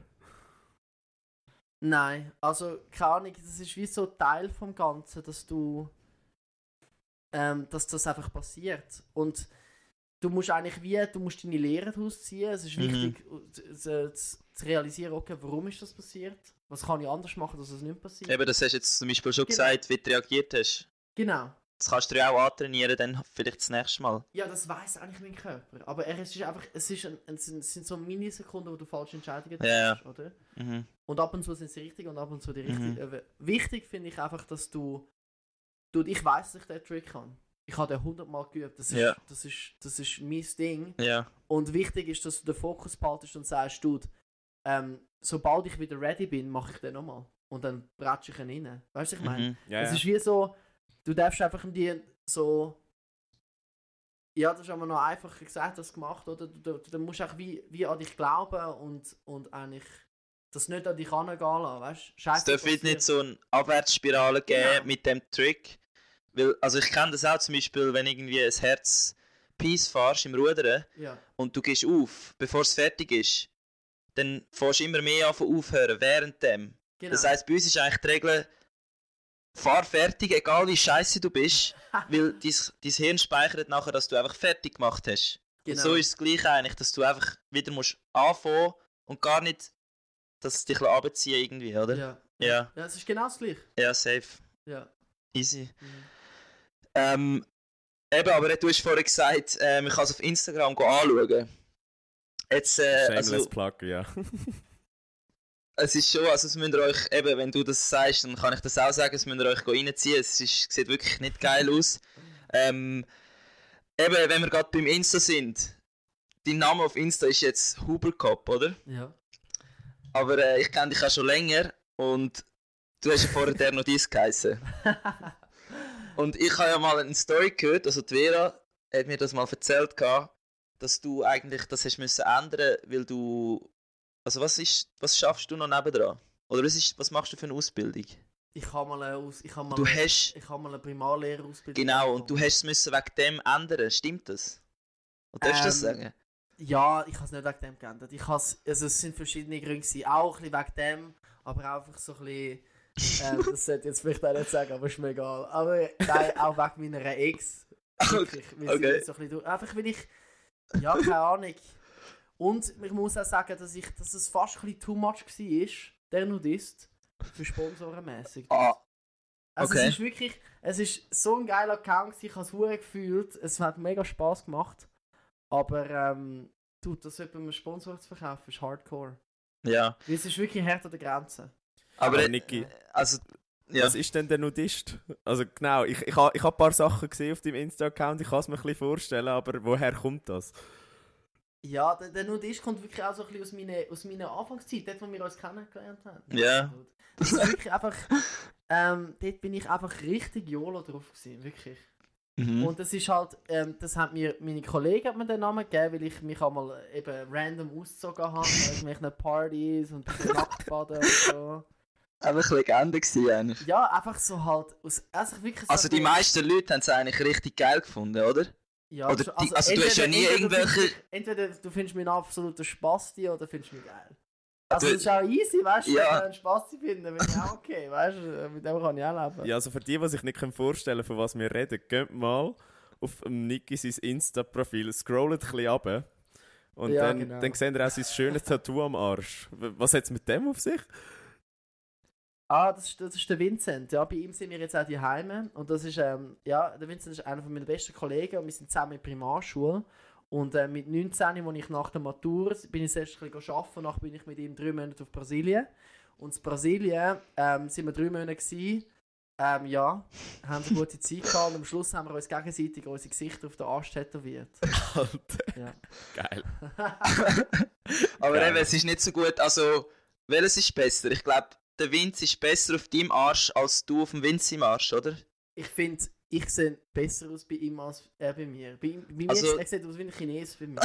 Nein, also keine Ahnung, das ist wie so Teil vom Ganzen, dass du. Ähm, dass das einfach passiert. Und du musst eigentlich wie, du musst deine Lehre daraus ziehen. Es ist
Mhm.
wichtig äh, zu, zu, zu realisieren, okay, warum ist das passiert? Was kann ich anders machen, dass es nicht passiert?
Eben, das hast du jetzt zum Beispiel schon
Genau.
gesagt, wie du reagiert hast.
Genau.
Das kannst du dir auch antrainieren, dann vielleicht das nächste Mal.
Ja, das weiß eigentlich mein Körper. Aber er, es ist einfach, es, ist ein, ein, es sind- es sind so Millisekunden, wo du falsche Entscheidungen
Ja.
triffst, oder?
Mhm.
Und ab und zu sind sie richtig und ab und zu die
Mhm.
richtig. Äh, wichtig finde ich einfach, dass du. du ich weiß, dass ich den Trick kann. Ich habe den 100 Mal geübt. Das ist,
Ja.
das, ist, das ist mein Ding.
Ja.
Und wichtig ist, dass du den Fokus behaltest und sagst, du, ähm, sobald ich wieder ready bin, mache ich den nochmal. Und dann bratsche ich ihn rein. Weißt du, was ich meine?
Mhm.
Ja,
Es ist wie so, du darfst einfach die so. Ja, das ist aber noch einfacher gesagt als gemacht, oder? Du, du, du musst auch wie, wie an dich glauben und, und eigentlich Das nicht an dich angehen lassen, weißt du? Scheiße.
Es darf jetzt nicht so eine Abwärtsspirale geben
Genau.
mit dem Trick. Weil, also ich kenne das auch zum Beispiel, wenn irgendwie ein Herz Peace fährst im Rudern
Ja.
und du gehst auf, bevor es fertig ist, dann fährst du immer mehr an von aufhören während dem.
Genau.
Das heisst, bei uns ist eigentlich die Regel, fahr fertig, egal wie scheiße du bist, weil dein, dein Hirn speichert nachher, dass du einfach fertig gemacht hast.
genau.
Und so ist es gleich eigentlich, dass du einfach wieder musst anfangen und gar nicht, dass es dich abziehen irgendwie, oder? Ja.
Ja.
ja,
ja, es ist genau das gleiche.
safe.
Ja.
Easy.
Mhm.
Ähm, eben, aber du hast vorhin gesagt, ähm, ich kann es auf Instagram go anschauen. Jetzt, äh,
Shameless
also,
Plug, ja.
es ist schon, also es müsst ihr euch, eben, wenn du das sagst, dann kann ich das auch sagen, es müsst ihr euch go reinziehen, es ist, sieht wirklich nicht geil aus. Ähm, eben, wenn wir gerade beim Insta sind, dein Name auf Insta ist jetzt Huberkopf, oder?
Ja.
Aber äh, ich kenne dich auch schon länger und du hast ja vorher der noch dies geheißen. Und ich habe ja mal eine Story gehört, also die Vera hat mir das mal erzählt, gehabt, dass du eigentlich das hast müssen ändern, weil du. Also was ist. Was schaffst du noch nebendran? Oder was, ist, was machst du für eine Ausbildung?
ich habe mal eine Aus ich habe mal
Du
eine-
hast.
ich habe mal eine Primarlehrerausbildung.
Genau, und du
gemacht.
hast es müssen wegen dem ändern, stimmt das? Und darfst du das
Ähm,
sagen?
Ja, ich habe es nicht wegen dem geändert. Ich has, also es sind verschiedene Gründe, gewesen. auch ein bisschen wegen dem, aber auch einfach so ein bisschen. Ähm, das sollte ich jetzt vielleicht auch nicht sagen, aber ist mir egal. Aber äh, nein, auch wegen meiner Ex. Wirklich, wir sind
okay.
jetzt so ein bisschen durch. Einfach weil ich. Ja, keine Ahnung. Und ich muss auch sagen, dass, ich, dass es fast ein bisschen too much war, der Nudist, für sponsorenmässig.
Ah,
Also
Okay.
es ist wirklich, es ist so ein geiler Account, gewesen, ich habe es hure gefühlt, es hat mega Spaß gemacht, aber ähm, du, das jemandem Sponsor zu verkaufen, ist hardcore.
ja.
Weil es ist wirklich hart an der Grenze.
Aber,
Aber Niki,
also. Ja.
was ist denn der Nudist? Also genau, ich, ich habe ich hab ein paar Sachen gesehen auf deinem Insta-Account, ich kann es mir ein bisschen vorstellen, aber woher kommt das?
Ja, der, der Nudist kommt wirklich auch so ein bisschen aus meiner, aus meiner Anfangszeit, dort wo wir uns kennengelernt haben.
Ja.
Das ist wirklich einfach, ähm, dort bin ich einfach richtig YOLO drauf gewesen, wirklich.
Mhm.
Und das ist halt, ähm, das hat mir, meine Kollegen hat mir den Namen gegeben, weil ich mich einmal eben random ausgezogen habe, an irgendwelchen Partys und Nacktbaden und so.
Einfach Legende gewesen eigentlich.
Ja, einfach so halt, aus, also wirklich so
Also die
ein-
meisten Leute haben es eigentlich richtig geil gefunden, oder?
ja,
oder die- also du hast ja nie
Du
irgendwelche-
findest, mich- entweder du findest mich ein absoluter Spasti oder findest mich geil. Also
Du-
das ist auch easy, weißt du,
Ja.
wenn ich einen Spasti finde, bin ich auch okay, weißt du, mit dem kann ich auch leben.
Ja, also für die, die sich nicht können vorstellen von was wir reden, geht mal auf dem Niki sein Insta-Profil, scrollt ein bisschen runter und
Ja,
dann,
genau.
dann seht ihr auch sein schönes Tattoo am Arsch. W- Was hat es mit dem auf sich?
Ah, das ist, das ist der Vincent. Ja, bei ihm sind wir jetzt auch die Heime. Und das ist, ähm, ja, der Vincent ist einer von meinen besten Kollegen und wir sind zusammen in der Primarschule. Und äh, mit 19, als ich nach der Matur bin ich zuerst ein bisschen arbeiten, danach bin ich mit ihm drei Monate auf Brasilien. Und in Brasilien ähm, sind wir drei Monate gewesen. Ähm, ja, haben eine gute Zeit gehabt und am Schluss haben wir uns gegenseitig unsere Gesichter auf den Arsch tätowiert.
Alter,
Ja.
geil.
Aber
Geil.
eben, es ist nicht so gut, also welches ist besser? Ich glaube, der Vince ist besser auf deinem Arsch als du auf dem Vince im Arsch, oder?
Ich finde, ich sehe besser aus bei ihm als er bei mir. Bei, ihm- bei
Also- Äh,
mir er sieht aus wie ein Chines bei mir.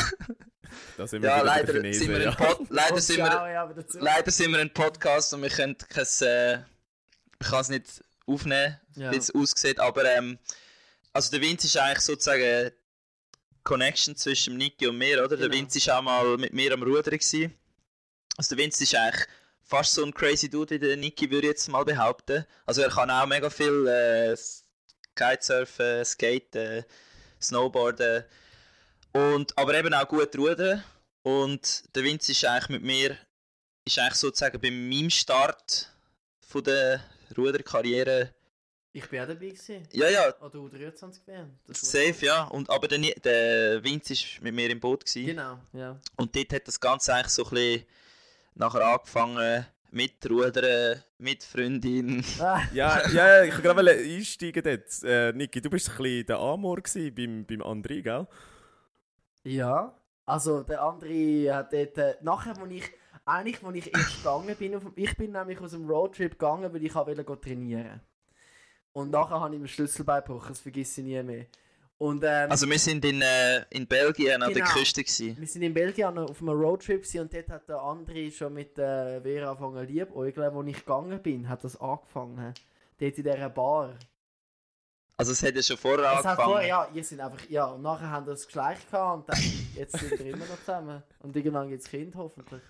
Da sind wir
Ja,
wieder bei
leider
den Chinesen,
sind wir
ja.
ein Pod leider
Und
sind
ciao,
wir,
ja, also. wieder zurück.
leider sind wir ein Podcast und wir können kein, äh, ich kann es nicht aufnehmen,
Ja.
wie es aussieht, aber ähm, also der Vince ist eigentlich sozusagen die Connection zwischen dem Niki und mir, oder? Der
Genau.
Vince war auch mal mit mir am Rudern. Gewesen. Also der Vince ist eigentlich fast so ein crazy Dude wie der Niki, würde ich jetzt mal behaupten. Also er kann auch mega viel äh, Kitesurfen, Skaten, Snowboarden und aber eben auch gut rudern. Und der Vince ist eigentlich mit mir, ist eigentlich sozusagen bei meinem Start von der Ruderkarriere,
Ich bin auch dabei gewesen.
ja ja,
An der U23 WM. Das war-
Safe, ja. Und, aber der, Ni- der Vince war mit mir im Boot. Gewesen.
Genau, ja.
Und dort hat das Ganze eigentlich so ein bisschen nachher angefangen mit Rudern, mit Freundin.
Ah,
Ja, ja, ich wollte gerade einsteigen dort. Äh, Niki, du bist ein bisschen der Amor gewesen beim, beim André, gell?
ja. Also der andere hat dort, äh, nachher, wo ich, eigentlich, wo ich erst gegangen bin, auf, dem- ich bin nämlich aus dem Roadtrip gegangen, weil ich auch wollte go trainieren. Und nachher habe ich mir Schlüsselbein gebrochen, das vergesse ich nie mehr. Und ähm,
Also wir sind in, äh, in Belgien an der
Genau.
Küste gewesen.
wir sind in Belgien auf einem Roadtrip gewesen und dort hat der André schon mit äh, Vera angefangen liebäugeln, wo ich gegangen bin, hat das angefangen. Dort in dieser Bar.
Also es hat ja schon vorher
Es hat
angefangen.
vorher, ja, ihr sind einfach, ja, und nachher haben wir das Geschlecht gehabt und dann, jetzt sind wir immer noch zusammen. Und irgendwann gibt es Kind hoffentlich.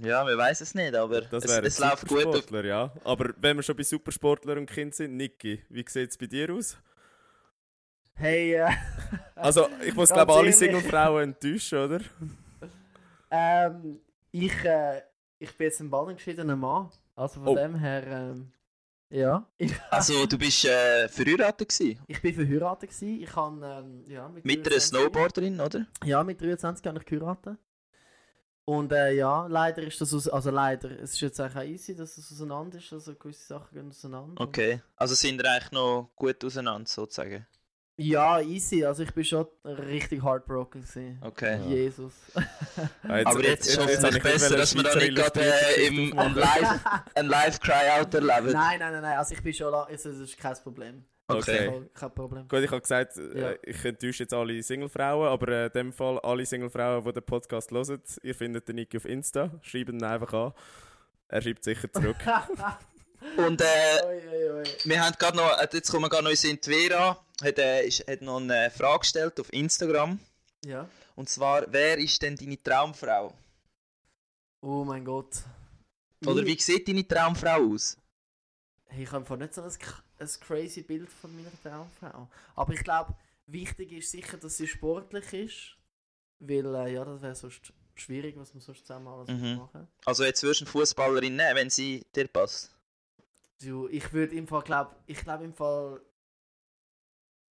ja, wir weiß es nicht, aber
Das
es,
wäre
es läuft gut. Auf,
Supersportler, ja. Aber wenn wir schon bei Supersportler und Kind sind, Niki, wie sieht es bei dir aus?
Hey, äh,
Also, ich muss
Ganz
glaube alle
ehrlich.
Singlefrauen enttäuschen, oder?
ähm, ich, äh, ich bin jetzt ein ballengeschiedener Mann. Also von
Oh.
dem her, ähm, ja. Ich,
also du bist äh, verheiratet gewesen?
ich bin verheiratet gewesen. Ich kann, ähm, ja,
Mit einer
23
Snowboarderin, oder?
Ja, mit 23 habe ich geheiratet. Und äh, ja, leider ist das aus, also leider, es ist jetzt eigentlich auch easy, dass es auseinander ist, also gewisse Sachen gehen auseinander.
Okay. Also sind wir eigentlich noch gut auseinander, sozusagen.
Ja, easy, also ich bin schon richtig heartbroken gewesen.
Okay.
Jesus.
Ah,
Aber jetzt ist es
jetzt habe
hoffentlich
ich nicht
besser,
wollen,
dass wir da
Schweizer
nicht gerade äh,
Illustrierte-Geschichte
im, ein
aufmachen.
Live, ein Live Cryout erleben.
nein, nein, nein, nein, also ich bin schon, la- also das ist kein Problem.
Okay.
Okay.
Voll, Kein Problem.
Gut, ich habe gesagt, äh,
Ja.
ich enttäusche jetzt alle Singlefrauen, aber äh, in dem Fall alle Singlefrauen, die den Podcast hören, ihr findet den Niki auf Insta, schreibt ihn einfach an. Er schreibt sicher zurück.
Und äh,
Oi, oi, oi.
wir haben gerade noch, äh, jetzt kommen wir gerade noch unsere Vera, hat, äh, ist, hat noch eine Frage gestellt auf Instagram.
Ja.
Und zwar, wer ist denn deine Traumfrau?
Oh mein Gott.
Oder wie sieht deine Traumfrau aus?
Hey, ich habe nicht so ein, k- ein crazy Bild von meiner Traumfrau. Aber ich glaube, wichtig ist sicher, dass sie sportlich ist. Weil, äh, ja, das wäre sonst schwierig, was man sonst zusammen alles
Mhm.
machen
Also jetzt würdest du eine Fußballerin nehmen, wenn sie dir passt.
du, Ich würde im Fall, glaube ich, glaube im Fall...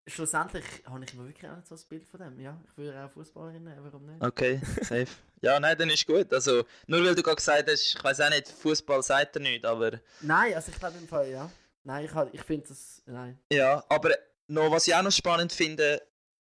Schlussendlich habe ich mir wirklich auch nicht so ein Bild von dem. Ja, ich würde auch Fußballerin nehmen, warum nicht?
Okay, safe. ja, nein, dann ist gut. Also, nur weil du gerade gesagt hast, ich weiß auch nicht, Fußball sagt er nicht, aber
Nein, also ich glaube im Fall, ja. Nein, ich, hab- ich finde das... Nein.
Ja, aber noch, was ich auch noch spannend finde,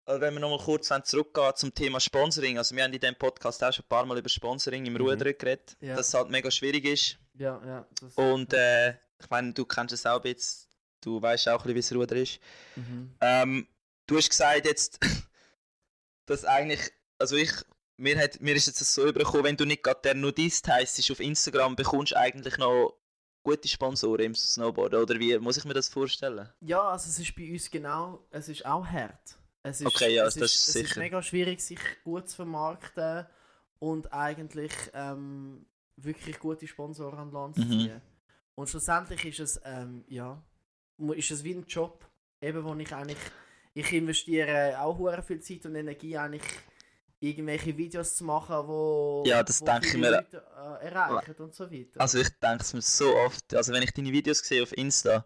äh, wenn wir noch mal kurz wollen zurückgehen zum Thema Sponsoring. Also wir haben in diesem Podcast auch schon ein paar Mal über Sponsoring im Rudern geredet,
Ja.
dass es halt mega schwierig ist.
Ja, ja. Das,
Und äh, ich meine, du kennst es auch jetzt, du weißt auch ein bisschen, wie es Rudern ist.
mhm.
Ähm, du hast gesagt jetzt, dass eigentlich, also ich, mir, hat, mir ist jetzt das so übergekommen, wenn du nicht gerade der Nudist heisst, auf Instagram bekommst du eigentlich noch gute Sponsoren im Snowboard, oder wie muss ich mir das vorstellen?
Ja, also es ist bei uns genau, es ist auch hart. Es ist,
Okay, ja,
es
das
ist,
ist
Es ist
sicher.
mega schwierig, sich gut zu vermarkten und eigentlich ähm, wirklich gute Sponsoren an Land zu
Mhm.
ziehen. Und schlussendlich ist es, ähm, ja, mu- ist es wie ein Job, eben wo ich eigentlich, ich investiere auch hure viel Zeit und Energie eigentlich irgendwelche Videos zu machen, wo
Ja, das
wo
denke ich
viele
mir-
Leute, äh, erreichen und so weiter.
Also ich denke es mir so oft, also wenn ich deine Videos sehe auf Insta,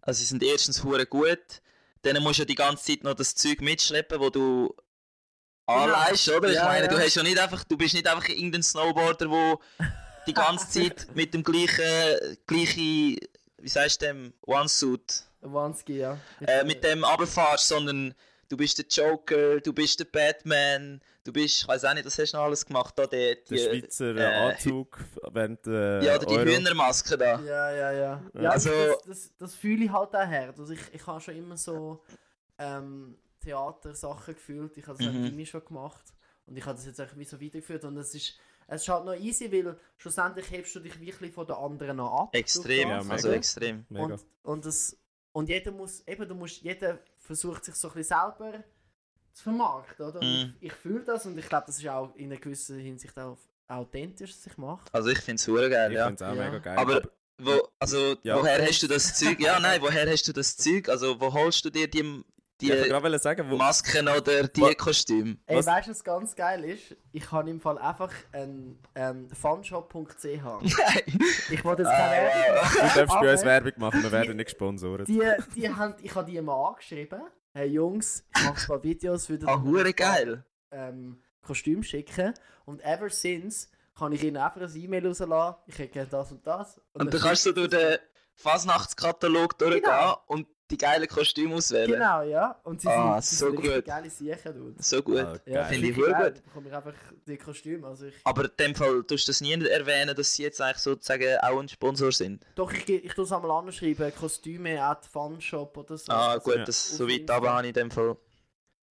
also sie sind erstens hure gut, dann musst du ja die ganze Zeit noch das Zeug mitschleppen, wo du anleihst, oder? Ich
Genau. Ja,
meine, du
ja.
hast ja nicht einfach, du bist nicht einfach irgendein Snowboarder, wo die ganze Zeit mit dem gleichen, gleichen, wie sagst du dem, One-Suit,
Wanski, ja.
äh, mit dem runterfährst, sondern du bist der Joker, du bist der Batman, du bist, ich weiß auch nicht, was hast du noch alles gemacht da, die,
Der
die,
Schweizer
äh,
äh, Anzug während äh,
ja, oder die
Euro.
Hühnermaske da.
Ja, ja, ja.
Ja.
ja
Also-
also, das, das, das fühle ich halt auch her. Also ich, ich habe schon immer so ähm, Theatersachen gefühlt. Ich habe das
Mhm.
mhm. immer schon gemacht. Und ich habe das jetzt auch wie so weitergeführt. Und es ist, es ist halt noch easy, weil schlussendlich hebst du dich wirklich von den anderen noch ab. durch
Extrem,
Ja,
das.
mega.
also extrem.
Mega.
Und, und, das, und jeder muss, eben, du musst, jeder versucht sich so ein bisschen selber zu vermarkten, oder? Und
Mhm.
Ich, ich fühle das und ich glaube, das ist auch in einer gewissen Hinsicht auch authentisch, was ich mache.
Also ich finde es hure geil,
ich
ja.
finde es auch
Ja.
mega geil.
Aber- Wo, also
Ja.
woher hast du das Zeug? Ja, nein, woher hast du das Zeug? Also wo holst du dir die, die
ja, ich wollte gerade sagen, wo,
Masken oder die
Wa-
Kostüme?
Ey,
Was-
weißt du, was ganz geil ist? Ich habe im Fall einfach einen ähm, funshop.ch. Ich wollte jetzt
Äh,
keine Werbung machen.
du darfst bei uns
aber-
Werbung machen, wir werden nicht gesponsert.
Ah, Die, die haben, ich habe die mal angeschrieben. Hey Jungs, ich mache ein paar Videos für
Ah, hure geil.
ähm, Kostüm schicken. Und ever since kann ich ihnen einfach ein E-Mail rauslassen. Ich hätte gerne das und das.
Und dann
dann
kannst du durch den Fasnachtskatalog durchgehen
Genau.
und die geilen Kostüme auswählen.
Genau, ja. Und sie sind,
Ah,
sie
so
sind richtig
gut.
geile Siechen, dude.
So gut.
Ah,
Ja,
geil.
Finde ich
richtig
gut.
geil. Da bekomme ich einfach die Kostüme. Also ich,
Aber in dem Fall tust du das nie erwähnen, dass sie jetzt eigentlich sozusagen auch ein Sponsor sind.
doch, ich, ich tue es einmal anschreiben. Kostüme at Funshop oder so.
Ah,
Also
gut,
Ja.
das
Auf
so weit
Insta.
aber habe ich in dem Fall.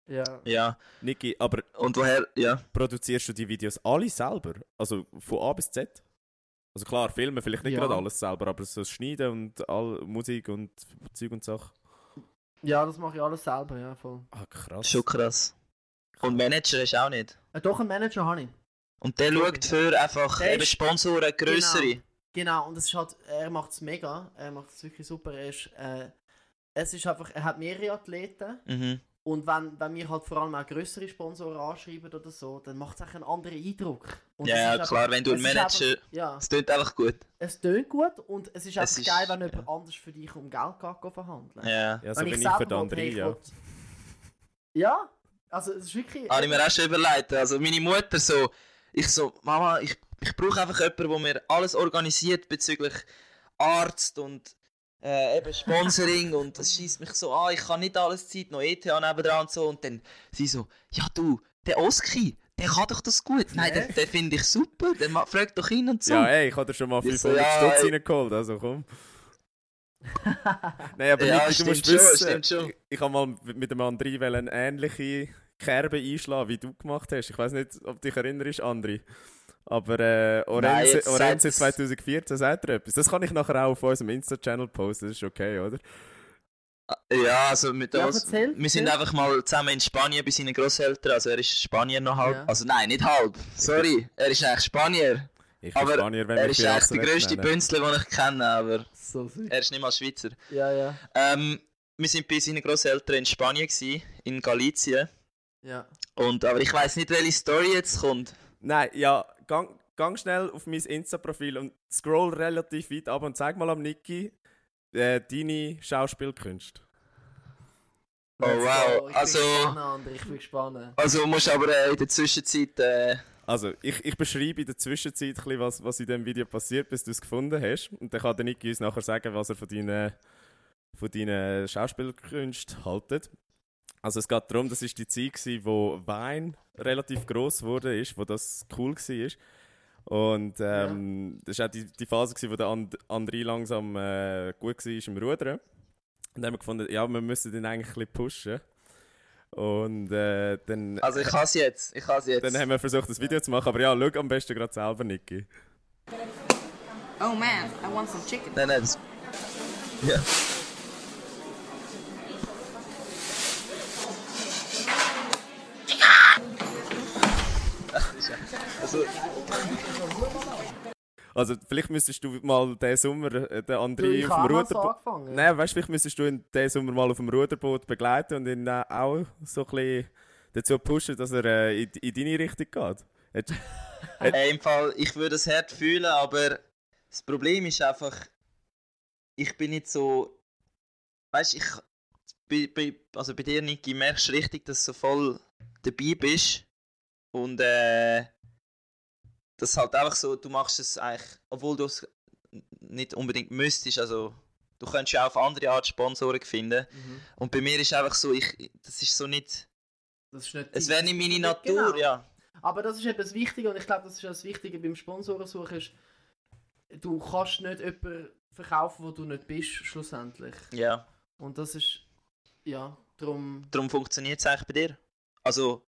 Ja.
Ja.
Niki, aber
Und woher, ja.
produzierst du die Videos alle selber? Also von A bis Z? Also klar, Filme vielleicht nicht
Ja.
gerade alles selber, aber so das Schneiden und all, Musik und Zeug und Sachen.
ja, das mache ich alles selber, ja voll.
Ah, krass.
Schon krass. Und Manager ist auch nicht.
Äh, doch, einen Manager habe ich.
Und der schaut für einfach
Der
eben
ist-
Sponsoren, grössere.
Genau, und es ist halt, er macht es mega, er macht es wirklich super. Er ist, äh, es ist einfach, er hat mehrere Athleten
Mhm.
und wenn, wenn wir halt vor allem auch größere Sponsoren anschreiben oder so, dann macht es auch einen anderen Eindruck. Und es ist
Ja,
einfach-
klar, wenn du
es
einen
ist
Manager-
Einfach, ja,
Das klingt einfach gut.
es tönt gut und es
Es
ist einfach
ist-
geil, wenn jemand
ja.
anders für dich um Geld geht, geht verhandeln
Ja.
Ja, so
Wenn
bin Also ich,
selber
für die
will,
andere,
hey, ich
ja.
will- Ja, also es ist wirklich.
Habe ich mir auch schon überlegt. Also meine Mutter so, ich so, Mama, ich, ich brauche einfach jemanden, der mir alles organisiert bezüglich Arzt und äh, eben Sponsoring und das schießt mich so an, ich kann nicht alles Zeit, noch ETH nebendran und so. Und dann sie so, ja du, der Oski, der kann doch das gut. Nein, den, den finde ich super, den ma- frag doch ihn und so.
Ja, ey, ich habe dir schon mal
Ja, so,
500
ja,
Stutz
ey.
reingeholt, also komm. Nein, aber
Ja,
Niki, du musst
stimmt schon,
wissen,
stimmt schon.
ich, ich habe mal mit dem André wollen eine ähnliche Kerbe einschlagen, wie du gemacht hast. Ich weiß nicht, ob du dich erinnerst, André. Aber äh,
Nein,
Orense,
jetzt
Orense
sagt's.
2014 sagt er etwas. Das kann ich nachher auch auf unserem Insta-Channel posten, das ist okay, oder?
Ja, also mit
Ja,
uns.
erzähl,
Wir sind
erzähl.
einfach mal zusammen in Spanien bei seinen Großeltern. Also er ist Spanier noch halb.
Ja.
Also nein, nicht halb. Sorry, er ist eigentlich Spanier.
Ich
Aber
Spanier, wenn
er
wir
ist
viel
eigentlich der
Rassen
grösste
nennen.
Bünzler, den ich kenne, aber
so süß.
er ist nicht mal Schweizer.
Ja, ja.
Ähm, wir sind bei seinen Großeltern in Spanien gewesen, in Galicien.
Ja.
Und aber ich weiß nicht, welche Story jetzt kommt.
Nein, ja, gang, gang schnell auf mein Insta-Profil und scroll relativ weit ab und zeig mal am Niki äh, deine Schauspielkünste.
Oh,
Let's
wow,
go. äh, Ich
also-
Bin gespannt, André, ich bin gespannt.
Also du musst aber äh, in der Zwischenzeit. Äh,
Also, ich, ich beschreibe in der Zwischenzeit, ein bisschen, was, was in diesem Video passiert, bis du es gefunden hast. Und dann kann der Niki uns nachher sagen, was er von deinen, von deinen Schauspielkünsten haltet. Also, es geht darum, das war die Zeit, gewesen, wo Wein relativ gross wurde, ist, wo das cool war. Und ähm, das war auch die, die Phase, gewesen, wo der And André langsam äh, gut war im Rudern. Und dann haben wir gefunden, ja, wir müssen den eigentlich ein bisschen pushen. Und äh, dann.
also ich has jetzt. Ich has jetzt.
Dann haben wir versucht, das Video zu machen, aber ja, schau am besten gerade selber, Niki.
Oh man, I want some chicken.
Nein, nein, das. Ja. Also,
Also, vielleicht müsstest du mal diesen Sommer äh, den
Du,
André
ich
auf
habe
dem Ne.
auch so
Ruderboot.
angefangen.
Nein, weißt du, vielleicht müsstest du ihn diesen Sommer mal auf dem Ruderboot begleiten und ihn äh, auch so ein bisschen dazu pushen, dass er äh, in, in deine Richtung geht. Jetzt-
Hey, Äh, im Fall, ich würde es hart fühlen, aber das Problem ist einfach, ich bin nicht so. Weißt du, ich. Bei, bei, also bei dir, Niki, merkst du richtig, dass du so voll dabei bist. Und äh. Das ist halt einfach so, du machst es eigentlich, obwohl du es nicht unbedingt müsstest. Also, du könntest ja auch auf andere Art Sponsoren finden.
Mhm.
Und bei mir ist einfach so, ich. Das ist so nicht.
Das ist nicht
Es
dein-
wäre nicht meine Natur,
Genau.
ja.
Aber das ist eben das Wichtige und ich glaube, das ist auch das Wichtige beim Sponsorensuchen ist, du kannst nicht jemanden verkaufen, wo du nicht bist, schlussendlich.
Ja.
Und das ist, ja, drum
Darum funktioniert es eigentlich bei dir. Also,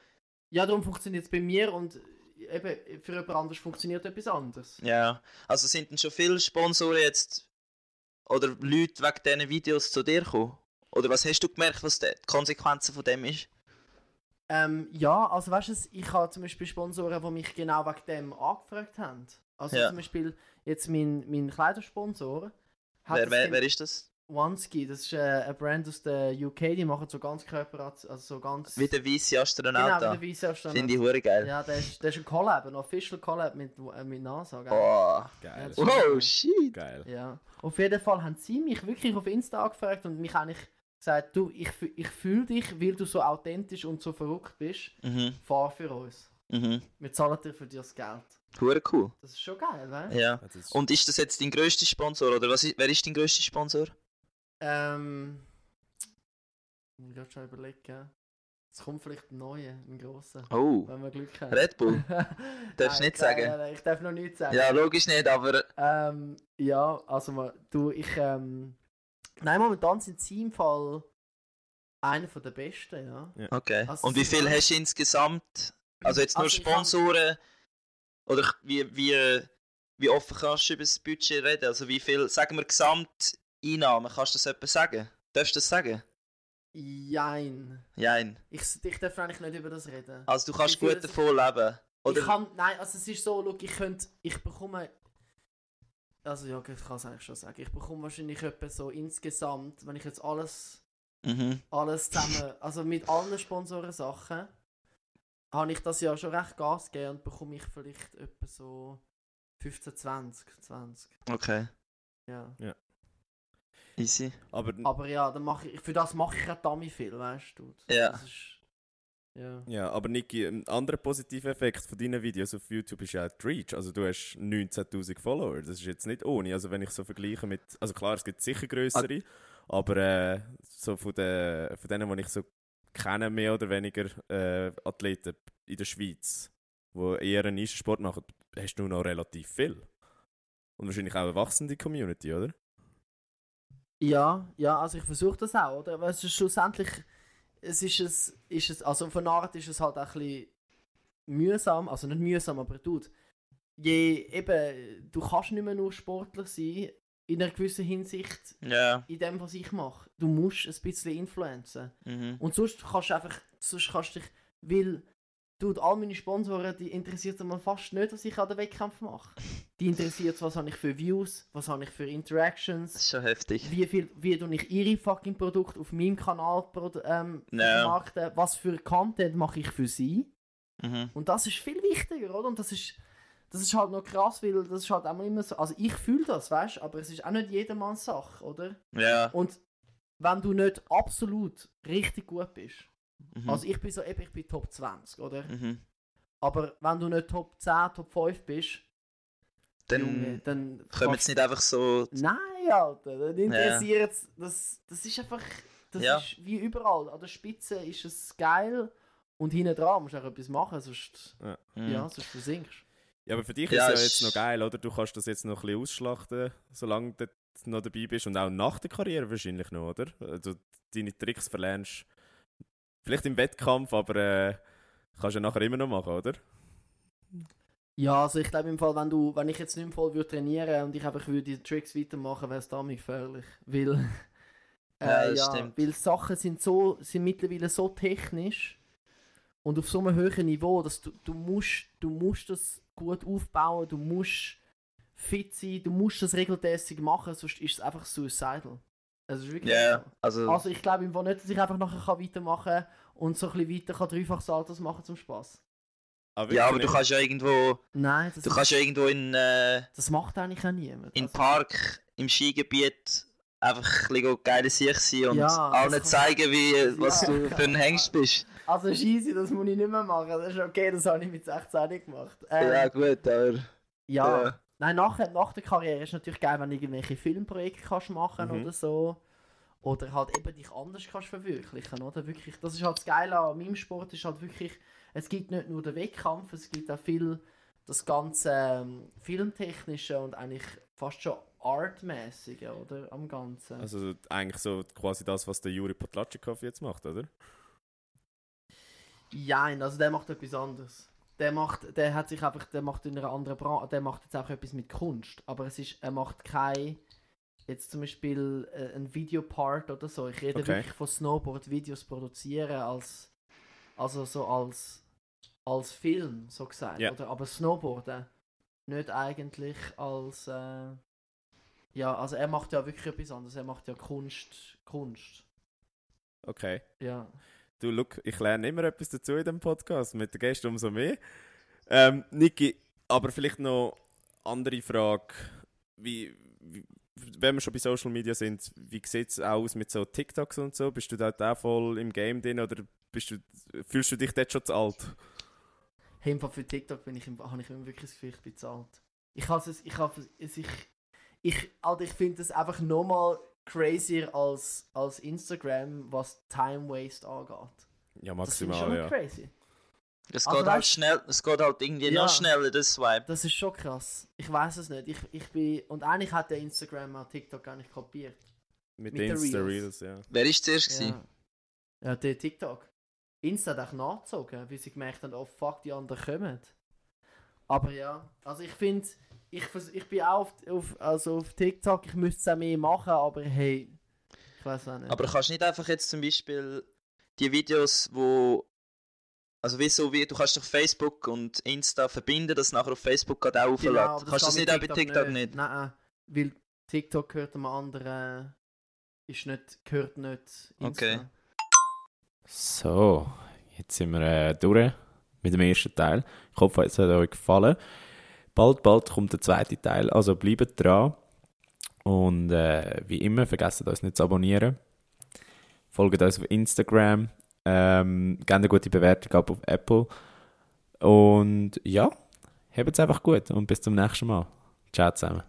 ja, darum funktioniert es bei mir und eben, für jemand anderes funktioniert etwas anderes.
ja. Also sind denn schon viele Sponsoren jetzt oder Leute wegen diesen Videos zu dir gekommen? Oder was hast du gemerkt, was die Konsequenzen von dem ist?
Ähm, ja, also weißt du, ich habe zum Beispiel Sponsoren, die mich genau wegen dem angefragt haben. Also
Ja.
zum Beispiel jetzt mein, mein Kleidersponsor hat
Wer,
das
wer,
Thema-
wer ist das?
Oneski, das ist äh, eine Brand aus der UK, die machen so ganz Körper, also so ganz...
Wie der weiße Astronaut
genau,
da.
wie der Weiße
Finde ich hure geil.
Ja, der ist, der ist ein Collab, ein Official Collab mit, äh, mit NASA, gell?
Oh.
Geil.
Ja,
oh, shit.
Geil.
Ja. Auf jeden Fall haben sie mich wirklich auf Insta angefragt und mich eigentlich gesagt, du, ich, fü- ich fühle dich, weil du so authentisch und so verrückt bist,
Mhm,
fahr für uns.
mhm.
Wir zahlen dir für dir das Geld.
Hure cool.
Das ist schon geil, ne?
Ja.
Das ist-
Und ist das jetzt dein grösster Sponsor? Oder was ist, wer ist dein grösster Sponsor?
Ähm. Muss ich gerade schon überlegen. Es kommt vielleicht ein neuer, ein grosser,
Oh.
wenn wir Glück haben.
Red Bull. Darfst
Nein,
nicht
nein,
sagen.
Nein, nein, ich darf noch nichts sagen.
Ja, logisch nicht, aber
Ähm, ja, also ma- du, ich, ähm, nein, momentan sind sie im Fall Einer von der besten, ja.
Okay.
Also
und wie
sie-
viel hast du insgesamt? Also jetzt nur
Also ich hab-
Sponsoren? Oder ich- wie, wie, wie offen kannst du über das Budget reden? Also wie viel, sagen wir Gesamteinnahmen, kannst du das etwa sagen? Darfst du das sagen?
Jein.
Nein.
Ich, ich darf eigentlich nicht über das reden.
Also du kannst
Wie viel
gut
das-
davon leben. Oder
Ich kann, nein, also es ist so, look, ich könnte, ich bekomme, also ja, ich kann es eigentlich schon sagen, ich bekomme wahrscheinlich etwa so insgesamt, wenn ich jetzt alles,
mhm.
alles zusammen, also mit allen Sponsoren-Sachen, habe ich das ja schon recht Gas gegeben und bekomme ich vielleicht etwa so 15, 20, 20,
Okay.
ja.
Easy.
Aber
Aber ja, dann mache ich, für das mache ich ja damit viel, weißt du.
Ja.
Das ist, ja.
Ja, aber Niki, ein anderer positiver Effekt von deinen Videos auf YouTube ist ja auch die Reach. Also du hast 19'000 Follower, das ist jetzt nicht ohne. Also wenn ich so vergleiche mit, also klar, es gibt sicher größere, aber äh, so von, den, von denen, die ich so kenne, mehr oder weniger äh, Athleten in der Schweiz, die eher einen Nischensport machen, hast du noch relativ viel. Und wahrscheinlich auch eine wachsende Community, oder?
Ja, ja, also ich versuche das auch, oder? Weil es ist schlussendlich, es ist es, ist es, also von Art ist es halt auch ein bisschen mühsam, also nicht mühsam, aber tut. Je, eben, du kannst nicht mehr nur Sportler sein, in einer gewissen Hinsicht,
Ja.
in dem, was ich mache. Du musst ein bisschen influenzen.
Mhm.
Und sonst kannst du einfach, sonst kannst du dich, weil, tut all meine Sponsoren, die interessiert man fast nicht, was ich an den Wettkämpfen mache. Die interessiert, was habe ich für Views, was habe ich für Interactions
Das ist schon heftig.
wie viel wie tue ich ihre fucking Produkte auf meinem Kanal produ- ähm,
Ja.
vermarkten, was für Content mache ich für sie
Mhm.
und das ist viel wichtiger oder und das ist das ist halt noch krass weil das ist halt auch immer so also ich fühle das weißt aber es ist auch nicht jedermanns Sache oder
Ja.
und wenn du nicht absolut richtig gut bist
Mhm.
also ich bin so eben ich bin Top 20 oder
mhm.
aber wenn du nicht Top 10 Top 5 bist Junge,
Dann
dann
kommen
kannst-
jetzt nicht einfach so.
Nein, Alter, dann interessiert das, das ist einfach, das
Ja.
ist wie überall. An der Spitze ist es geil und hinten dran musst du auch etwas machen, sonst,
Mhm.
ja, sonst versinkst
Ja, aber für dich
Ja,
ist es ja
ist-
jetzt noch geil, oder? Du kannst das jetzt noch ein bisschen ausschlachten, solange du dort noch dabei bist und auch nach der Karriere wahrscheinlich noch, oder? Also deine Tricks verlernst. Vielleicht im Wettkampf, aber äh, kannst du ja nachher immer noch machen, oder?
du. Ja, also ich glaube im Fall, wenn du, wenn ich jetzt nicht mehr voll würde trainieren und ich einfach würde die Tricks weitermachen, wäre es damit gefährlich, weil,
Ja,
äh,
das
ja,
stimmt.
weil Sachen sind so, sind mittlerweile so technisch und auf so einem hohen Niveau, dass du, du musst, du musst das gut aufbauen, du musst fit sein, du musst das regelmäßig machen, sonst ist es einfach suicidal. Also, es ist wirklich
Ja.
so.
Also,
also ich glaube im Fall nicht, dass ich einfach nachher kann weitermachen kann und so ein bisschen weiter kann dreifach Saltos machen zum Spaß.
Aber
ja, aber du
wirklich
kannst ja irgendwo.
Nein, das,
Du kannst ja irgendwo in. Äh,
das macht eigentlich auch niemand.
im
Also,
Park, im Skigebiet einfach ein bisschen geile Sicht sein und
Ja,
allen
das
zeigen, wie,
Ja.
was du für ein Hengst bist.
also scheiße, das muss ich nicht mehr machen. Das ist okay, das habe ich mit 16 nicht gemacht. Ähm,
Ja,
ja.
gut, aber. Ja.
Nein, nach, nach der Karriere ist natürlich geil, wenn du irgendwelche Filmprojekte kannst machen
Mhm.
oder so. Oder halt eben dich anders kannst verwirklichen, oder? Wirklich, das ist halt das Geile an meinem Sport, ist halt wirklich, es gibt nicht nur den Wettkampf, es gibt auch viel das ganze ähm, Filmtechnische und eigentlich fast schon Artmäßige, oder? Am Ganzen.
Also eigentlich so quasi das, was der Juri Potlatschikow jetzt macht, oder?
Jein, also der macht etwas anderes. Der macht, der hat sich einfach, der macht in einer anderen Branche, der macht jetzt auch etwas mit Kunst, aber es ist, er macht kein, jetzt zum Beispiel äh, ein Videopart oder so. Ich rede
Okay.
wirklich von Snowboard-Videos produzieren als, also so als, als Film, so gesagt,
Ja.
oder? Aber Snowboarden nicht eigentlich als, äh, ja, also er macht ja wirklich etwas anderes. Er macht ja Kunst, Kunst,
Okay.
ja.
Du, look, ich lerne immer etwas dazu in dem Podcast, mit den Gästen umso mehr. Ähm, Niki, aber vielleicht noch andere Frage. Wie, wie, wenn wir schon bei Social Media sind, wie sieht es aus mit so TikToks und so? Bist du dort auch voll im Game drin oder bist du, fühlst du dich dort schon zu alt?
Hey, im Fall für TikTok bin ich, im- habe ich immer wirklich das Gefühl, ich bin zu alt. Ich habe es, ich habe es, ich, ich, Alter, ich finde das einfach nochmal crazier als, als Instagram, was Time Waste angeht.
Ja,
Das finde ich
maximal,
schon noch
ja.
crazy.
Es
Also
geht halt
weißt-
schnell, es geht halt irgendwie
Ja.
noch schneller, das Swipe.
Das ist schon krass. Ich weiß es nicht. Ich, ich bin, und eigentlich hat der Instagram auch TikTok gar nicht kopiert.
Mit,
mit den
Insta
Reels.
Reels, ja.
Wer ist zuerst?
Ja.
Ja.
Ja, der TikTok. Insta hat auch nachgezogen, weil sie gemerkt haben, oh fuck, die anderen kommen. Aber ja, also ich finde, ich, vers- ich bin auch auf, auf, also auf TikTok, ich müsste es auch mehr machen, aber hey, ich weiß auch nicht.
Aber kannst nicht einfach jetzt zum Beispiel die Videos, wo. Also wie so wie, du kannst doch Facebook und Insta verbinden, dass nachher auf Facebook gerade auch
Genau, aber
aufladen. kannst du das
kann
nicht auch bei TikTok nicht?
Nein, äh, weil TikTok gehört einem anderen, ist nicht, gehört nicht Insta.
Okay.
So, jetzt sind wir äh, durch mit dem ersten Teil. Ich hoffe, es hat euch gefallen. Bald, bald kommt der zweite Teil, also bleibt dran. Und äh, wie immer, vergesst uns nicht zu abonnieren. Folgt uns auf Instagram. Ähm, gebt eine gute Bewertung ab auf Apple. Und ja, habt es einfach gut und bis zum nächsten Mal. Ciao zusammen.